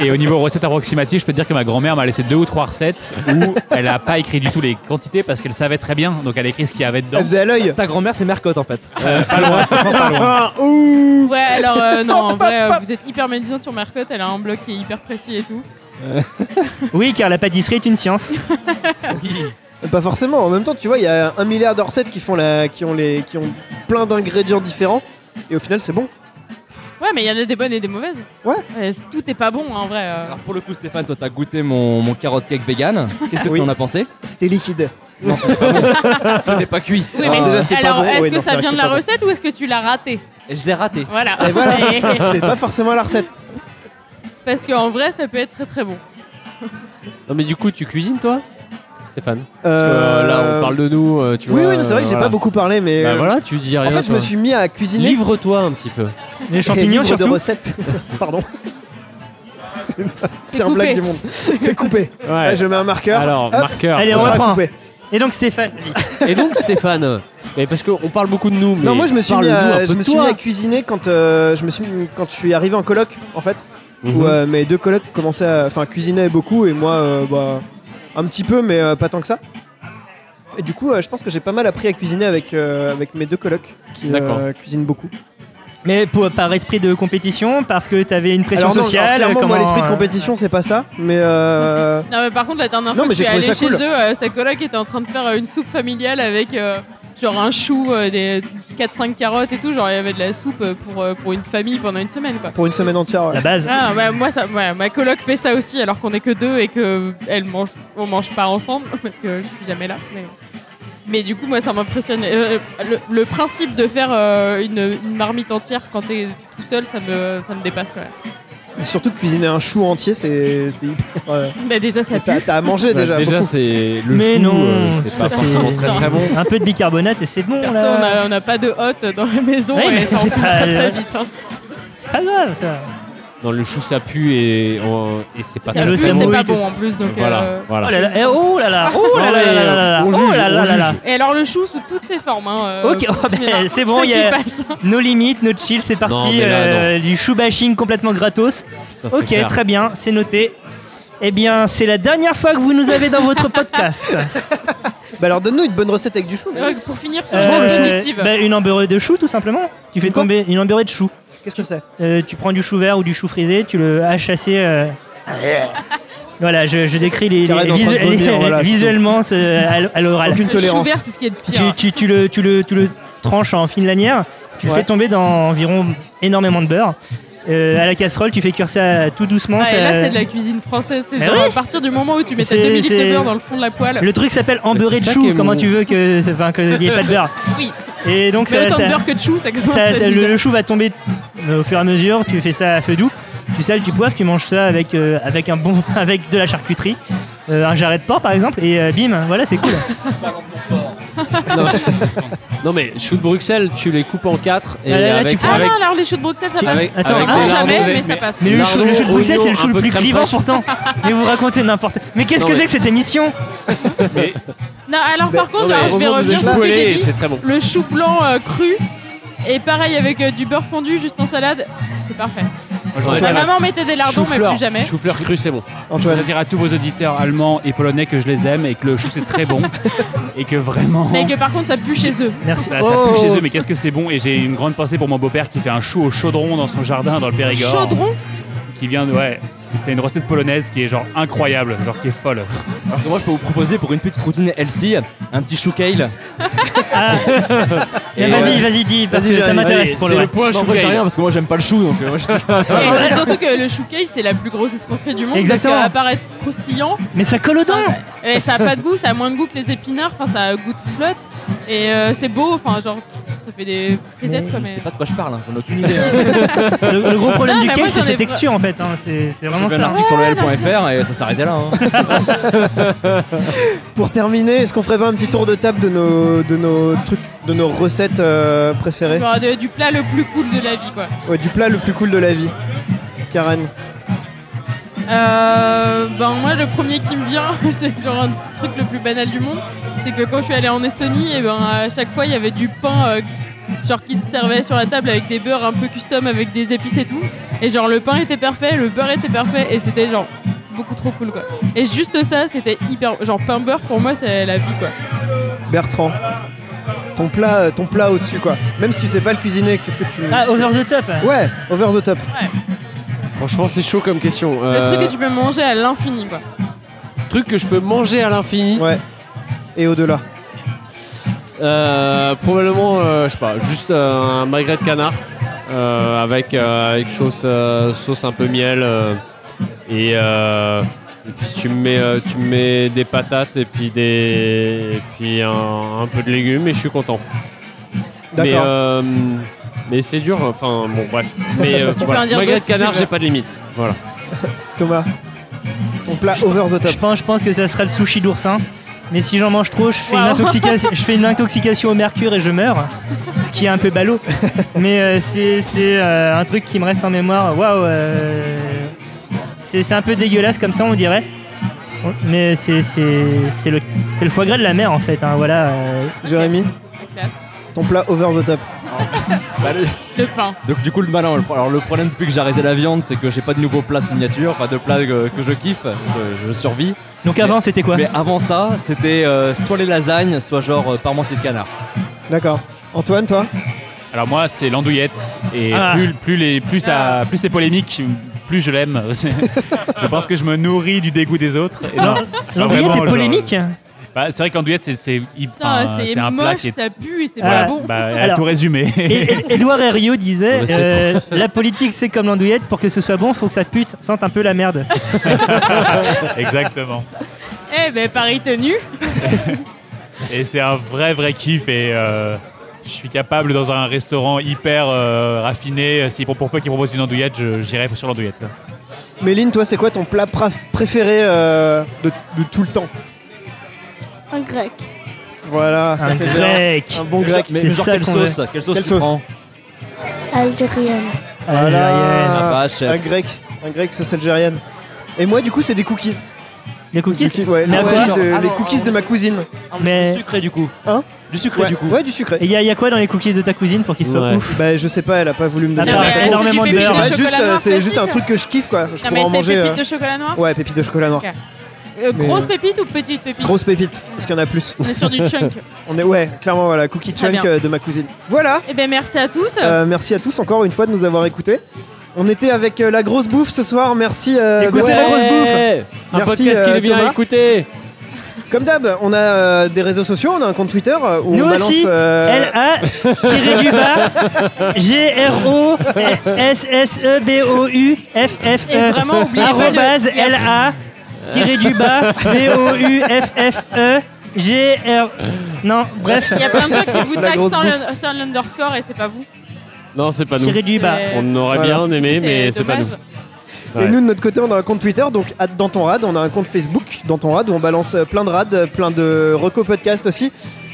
Et au niveau recettes approximatives, je peux te dire que ma grand-mère m'a laissé deux ou trois recettes où elle n'a pas écrit du tout les quantités parce qu'elle savait très bien, donc elle a écrit ce qu'il y avait dedans.
Elle faisait à l'œil.
Ta grand-mère c'est Mercotte en fait.
Ouais, alors
<laughs>
euh, non, en vrai, euh, vous êtes hyper médisant sur Marcotte, elle a un bloc qui est hyper précis et tout.
Oui, car la pâtisserie est une science.
Pas forcément. En même temps, tu vois, il y a un milliard de recettes qui font la, qui ont les, qui ont plein d'ingrédients différents. Et au final, c'est bon.
Ouais, mais il y en a des bonnes et des mauvaises.
Ouais.
Euh, tout est pas bon hein, en vrai. euh.
Alors pour le coup Stéphane, toi t'as goûté mon, mon carotte cake vegan. Qu'est-ce que
Oui.
t'en as pensé
C'était <laughs> liquide.
C'était pas cuit.
Oui,
Alors,
mais
déjà, c'était pas bon.
alors, est-ce
Oui,
que
non, c'est
ça
vrai
vient
que
de la
c'est pas bon.
recette ou est-ce que tu l'as raté
Et je l'ai raté.
Voilà.
Et voilà.
<laughs>
C'est pas forcément la recette.
Parce qu'en vrai, ça peut être très très bon.
Non mais du coup, tu cuisines toi, Stéphane Parce que,
Euh,
euh, là, on parle de nous. euh, tu
Oui,
vois,
oui, c'est vrai que j'ai
euh,
pas beaucoup parlé, mais.
Bah
euh,
voilà, tu dis rien.
En fait, je
toi.
me suis mis à cuisiner.
Livre-toi un petit peu.
Les
et
champignons
livre de
surtout.
recettes. Pardon. C'est- C'est un
coupé.
blague du monde. <laughs> C'est coupé. Là, je mets un marqueur.
Alors,
Hop,
marqueur.
Allez,
ça
on
sera
reprend.
coupé.
Et donc Stéphane, vas-y.
Et donc Stéphane, Mais parce qu'on parle beaucoup de nous. Mais
Non, moi je me suis mis
parle-nous un
à,
peu
je
de
me suis
toi.
mis à cuisiner quand euh, je me suis quand je suis arrivé en coloc en fait
Mhm.
où euh, mes deux colocs commençaient à enfin cuisinaient beaucoup et moi euh, bah, un petit peu mais euh, pas tant que ça. Et du coup, euh, je pense que j'ai pas mal appris à cuisiner avec euh, avec mes deux colocs qui euh,
D'accord.
cuisinent beaucoup.
Mais pour- par esprit de compétition, parce que t'avais une pression
Alors non,
sociale.
alors, clairement moi
comment,
l'esprit de
euh,
compétition, c'est pas ça, mais euh,
Non, mais par contre, la dernière
Non,
fois
mais
que je
j'ai
suis
trouvé
allée
ça cool.
chez eux, euh, sa coloc était en train de faire euh, une soupe familiale avec euh, genre un chou, euh, des 4-5 carottes et tout. Genre, il y avait de la soupe euh, pour, euh, pour une famille pendant une semaine, quoi.
pour une semaine entière. ouais.
La base.
Ah, bah, moi, ça, ouais, ma coloc fait ça aussi, alors qu'on est que deux et que elle mange, on mange pas ensemble <laughs> parce que je suis jamais là. Mais, mais du coup, moi, ça m'impressionne. Euh, le, le principe de faire euh, une, une marmite entière quand t'es tout seul, ça me, ça me dépasse quand même.
Et Surtout que cuisiner un chou entier, c'est c'est hyper. euh,
Bah, déjà, ça pue.
T'as t'as à manger
Bah,
déjà.
déjà,
<laughs>
beaucoup.
c'est le
Mais
chou,
non,
euh,
tout
c'est pas
ça,
forcément
c'est-
très très bon.
Un peu de bicarbonate et c'est bon
Perso, on
là.
a- on n'a pas de hôte dans la maison
Ouais, mais
et ça en
c'est
fout
pas-
très très vite. hein.
C'est pas grave ça.
Non, le chou ça pue et, on- et c'est pas
Ça
Et
pue,
le
très
c'est
bon.
samouï,
pas
tout
bon
ça.
en plus. Donc,
Voilà,
euh,
voilà.
Oh là là, eh, oh là là, oh là là là là là là,
On
oh
juge,
là là
on
là là.
juge.
Et alors le chou sous toutes ses formes. Hein, euh,
Ok, oh, ben,
voilà.
c'est bon, il y
<laughs>
a- Euh,
J'y passe.
Nos limites, nos chill, c'est parti.
Non, mais là,
euh, du chou bashing complètement gratos.
Putain, c'est
Ok,
clair.
très bien, c'est noté. Eh bien, c'est la dernière fois que vous nous avez dans votre podcast.
<laughs> Bah alors donne-nous une bonne recette avec du chou.
Ouais, Pour finir sur
Euh,
le positif.
bah, une embeurée de chou, tout simplement. Tu fais
Une quoi
tomber une embeurée de chou.
Qu'est-ce que c'est
Euh, tu prends du chou vert ou du chou frisé, tu le as chassé. euh, <laughs> voilà, je, je décris les,
Karen
les-
en train de
visu-
vomir, voilà, c'est tout.
visuellement ce- à l- à l'oral.
Aucune
Le chou
tolérance.
vert, c'est ce qui est de
Tu,
pire.
tu- tu le, tu, le, tu le tranches en fine lanière, tu le
Ouais.
fais tomber dans environ énormément de beurre. Euh, à la casserole, tu fais cuire ça tout doucement.
Ah, et
ça-
là, c'est de la cuisine française. C'est
Euh, Mais
genre
oui.
à partir du moment où tu mets ta
C'est-
2 litres de
c'est-
beurre dans le fond de la poêle.
euh, Le truc s'appelle
Mais Bah,
embeurré
c'est
de
ça
chou.
qui est
Comment
mon-
tu veux que, enfin, qu'il n'y ait pas de beurre
Oui.
Et donc
<laughs> Mais
ça-
autant
ça-
de beurre que de chou, ça commence à
Ça- ça-
être
le,
bizarre.
le chou va tomber euh, au fur et à mesure, tu fais ça à feu doux, tu sales, tu poivres, tu manges ça avec, euh, avec, un bon, <laughs> avec de la charcuterie, euh, un jarret de porc par exemple, et euh, bim, voilà, c'est cool.
Non, mais chou de Bruxelles, tu les coupes en quatre et
Ah là là,
avec.
tu
Ah
avec-
non, alors les choux de Bruxelles, ça
Tu-
passe.
avec-
Attends,
J'en
avec
ah,
mange
des
jamais,
lardons.
mais ça passe.
Mais le
Lardons,
chou, le chou de Bruxelles,
oignons,
c'est le
un
chou le
peu
plus
crème
clivant
fraîche.
pourtant. Mais vous racontez n'importe Mais qu'est-ce
Non,
que
mais-
c'est que cette émission
Non, alors par contre,
Non, mais
alors, je
heureusement que
vais
vous
revenir
êtes
sur
là.
ce que
Brûlé,
j'ai
et
dit.
C'est très bon.
Le chou blanc euh, cru. Et pareil avec euh, du beurre fondu juste en salade. C'est parfait.
j'aurais
Ma
Voilà.
maman mettait des lardons, mais plus jamais.
Chou-fleur cru, c'est bon.
Je voudrais
Antoine.
dire à tous vos auditeurs allemands et polonais que je les aime et que le chou c'est très bon et que vraiment
Mais que Oh. par contre, ça pue chez eux.
Merci.
bah, ça pue chez eux mais qu'est-ce que c'est bon et j'ai une grande pensée pour mon beau-père qui fait un chou au chaudron dans son jardin dans le Périgord
Chaudron
qui vient de ouais c'est une recette polonaise qui est genre incroyable genre qui est folle
Alors que moi, je peux vous proposer pour une petite routine healthy, un petit chou kale.
Ah. Mais
Et
Eh, vas-y,
ouais.
vas-y, dis, parce
Vas-y,
que ça
Jérémy,
m'intéresse pour le vrai.
point
Non, moi, j'ai rien parce que moi, j'aime pas le chou, donc euh, moi, je touche pas
Ah,
à ça.
Et c'est surtout que le chou cake, c'est la plus grosse escroquerie du monde.
Exactement.
Parce qu'à part être croustillant,
Mais ça colle aux dents
et ça a pas de goût, ça a moins de goût que les épinards, enfin ça a un goût de flotte. Et euh, c'est beau, enfin genre ça fait des frisettes
Mais
comme
Je sais pas de quoi je parle, hein, j'en ai aucune idée. hein.
Le, le gros problème
Non,
du
mais
cake,
moi,
c'est
j'en ai
ses
vra-
textures en fait. hein, C'est c'est
J'ai
vraiment
fait un
ça.
article sur le L.fr et ça s'arrêtait là. hein.
Pour terminer, est-ce qu'on ferait pas un petit tour de table de nos, de nos trucs, de nos recettes euh, préférées
Genre de- du plat le plus cool de la vie quoi.
ouais, Du plat le plus cool de la vie. Karen.
Euh, ben moi le premier qui me vient, <laughs> c'est genre un truc le plus banal du monde, c'est que quand je suis allée en Estonie, et ben à chaque fois il y avait du pain euh, genre qui te servait sur la table avec des beurres un peu custom avec des épices et tout. Et genre le pain était parfait, le beurre était parfait et c'était genre beaucoup trop cool quoi. Et juste ça, c'était hyper genre pain beurre pour moi c'est la vie quoi.
Bertrand. Ton plat, euh, ton plat au-dessus quoi. Même si tu sais pas le cuisiner, qu'est-ce que tu.
Ah, over the top
Ouais, over the top.
Franchement, c'est chaud comme question.
Le truc
Euh,
que tu peux manger à l'infini, quoi.
truc que je peux manger à l'infini.
Ouais. Et au-delà.
Euh, probablement, euh, je sais pas, juste euh, un magret de canard euh, avec, euh, avec sauce, euh, sauce un peu miel. euh, et, euh, et puis tu me mets, euh, tu me mets des patates et puis, des, et puis un, un peu de légumes et je suis content. Mais,
D'accord.
euh, mais c'est dur, enfin bon, bref. Mais euh,
peux
voilà,
en dire
magret
d'autres
de
si <laughs> tu
canard,
veux.
j'ai pas de limite. Voilà.
Thomas. Ton plat over the top.
Je pense, je pense que ça sera le sushi d'oursin. Mais si j'en mange trop, je fais, une
Wow.
intoxication, je fais une intoxication au mercure et je meurs. Ce qui est un peu ballot. Mais euh, c'est c'est, euh, un truc qui me reste en mémoire. Waouh euh, C'est c'est un peu dégueulasse comme ça, on dirait. Mais c'est c'est- c'est le, c'est le foie gras de la mer en fait. hein, voilà. euh.
Jérémy.
C'est classe.
Ton plat over the top.
Bah, le-
Le pain.
Donc du coup le malin, le pro- alors le problème depuis que j'ai arrêté la viande c'est que j'ai pas de nouveau plat signature, pas de plat que, que je kiffe, je, je survis.
Donc avant, c'était quoi
Mais avant ça c'était euh, soit les lasagnes, soit genre euh, parmentier de canard.
D'accord. Antoine, toi
Alors moi, c'est l'andouillette. Et
Ah.
plus, plus, les, plus, ça, plus c'est polémique, plus je l'aime. <laughs> C'est- je pense que je me nourris du dégoût des autres. Et non, pas
L'andouillette
vraiment,
est
genre-
polémique
Bah, c'est vrai que l'andouillette, c'est, c'est, il-
Putain,
enfin, euh,
c'est
c'est un plat
moche,
qui est...
ça pue et c'est
Ah,
pas bon.
Bah, elle a
Alors-
tout résumé.
Et Ed- Edouard Herriot disait
Ouais, c'est
euh, <laughs> La politique, c'est comme l'andouillette, pour que ce soit bon, faut que ça pute, sente un peu la merde.
<laughs>
Ah,
Exactement.
Eh ben, pareil tenu.
Et c'est un vrai, vrai kiff. Et euh, je suis capable, dans un restaurant hyper euh, raffiné, s'il pour, pour peu qu'ils proposent une andouillette, je- j'irai sur l'andouillette. quoi.
Méline, toi, c'est quoi ton plat praf- préféré euh, de, de tout le temps
Un grec.
Voilà, ça
Un
c'est bien.
grec
Un bon grec.
Mais
C'est
genre
ça
quelle
qu'on
sauce, quelle sauce
Quelle
tu
sauce
prends
Algérienne.
algérienne.
Ah
Voilà,
bah,
un
chef.
grec, un grec sauce algérienne. Et moi, du coup, c'est des cookies.
Les cookies
Cookies, ouais,
Mais
les
à quoi
cookies de,
Ah
les
non,
cookies
ah,
de ma cousine.
Mais-
Du sucré du coup.
Hein
Du sucré
Ouais,
du coup.
ouais, du sucré.
Et il y, a- y a quoi dans les cookies de ta cousine pour qu'ils soient
Ouais.
ouf
Bah, je sais pas, elle a pas voulu me donner.
Ah,
la
bah,
recette.
elle énormément
c'est du
d'heures.
pépite
Mais
Bah,
de
juste,
chocolat
euh,
noir
c'est juste un
classique. hein.
truc que je kiffe quoi. Je
Non,
pourrais
mais
en
c'est
manger.
pépite
euh,
de chocolat noir
Ouais, pépite de chocolat noir.
Ok. Euh,
mais-
Grosse pépite ou petite pépite
Grosse pépite, parce qu'il y en a plus.
On est sur du
<laughs>
chunk.
On est ouais, clairement voilà, cookie
Très
chunk
bien.
euh, de ma cousine. Voilà.
Eh ben, merci à tous.
<laughs>
Euh, merci à tous encore une fois de nous avoir écoutés. On était avec euh, la grosse bouffe ce soir. Merci. euh,
Écoutez
Baptiste.
la grosse bouffe.
Un
Merci,
podcast qui
euh,
est bien
Thomas.
écouté
Comme d'hab, on a euh, des réseaux sociaux, on a un compte Twitter euh, où
Nous
on
aussi.
balance. euh,
L-A, tiré du bas,
Et
E G-R-O-S-S-E-B-O-U-F-F-E.
vraiment, oubliez pas le-
euh, E. Arrobase L-A, tiré du bas, B-O-U-F-F-E, G-R. E. Non, bref,
Il y a plein de gens qui vous
<laughs> La
taguent
grosse
sans le- sans l'underscore et c'est pas vous.
Non, c'est pas nous.
tiré du bas.
C'est-
On aurait
Voilà.
bien aimé, mais c'est pas nous.
dommage.
Et nous de notre côté, on a un compte Twitter, donc at dans ton rad. On a un compte Facebook dans ton rad où on balance euh, plein de rads, euh, plein de recos podcast aussi.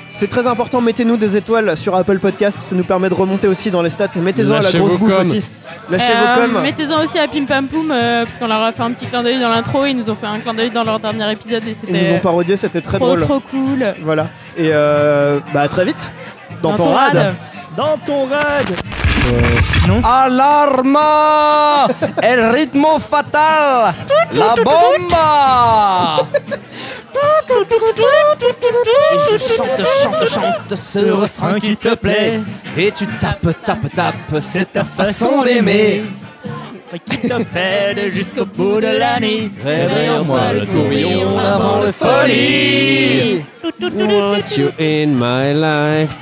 C'est très important, mettez-nous des étoiles sur Apple Podcast, ça nous permet de remonter aussi dans les stats. Et Mettez-en à la
Lâchez
grosse
vos
bouffe
coms.
aussi. Lâchez
Euh,
vos coms.
Mettez-en aussi à Pim Pam Poum, euh, parce qu'on leur a fait un petit clin d'œil dans l'intro, ils nous ont fait un clin d'œil dans leur dernier épisode et
Ils nous ont
c'était
parodié, c'était très
trop
drôle.
trop cool.
Voilà. Et euh, bah à très vite dans, ton, rad.
Dans ton rad.
Alarma El ritmo fatal La bomba Et je chante, chante, chante ce refrain qui te plaît Et tu tapes, tapes, tapes, c'est ta façon d'aimer
Qui te fait jusqu'au bout de la nuit.
Réveillons-moi le tourbillon
avant le folie
Want you in my life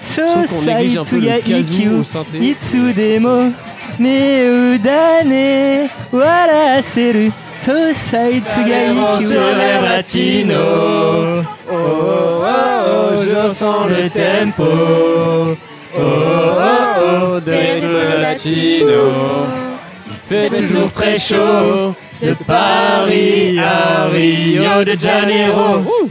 So Saitsuya IQ.
synthé.
いつでも目をだね笑わせるそうさいつが息を
Oh, oh, oh, je sens le tempo.
Oh,
rythmes
latino. Il fait toujours très chaud.
de
Paris à Rio de Janeiro.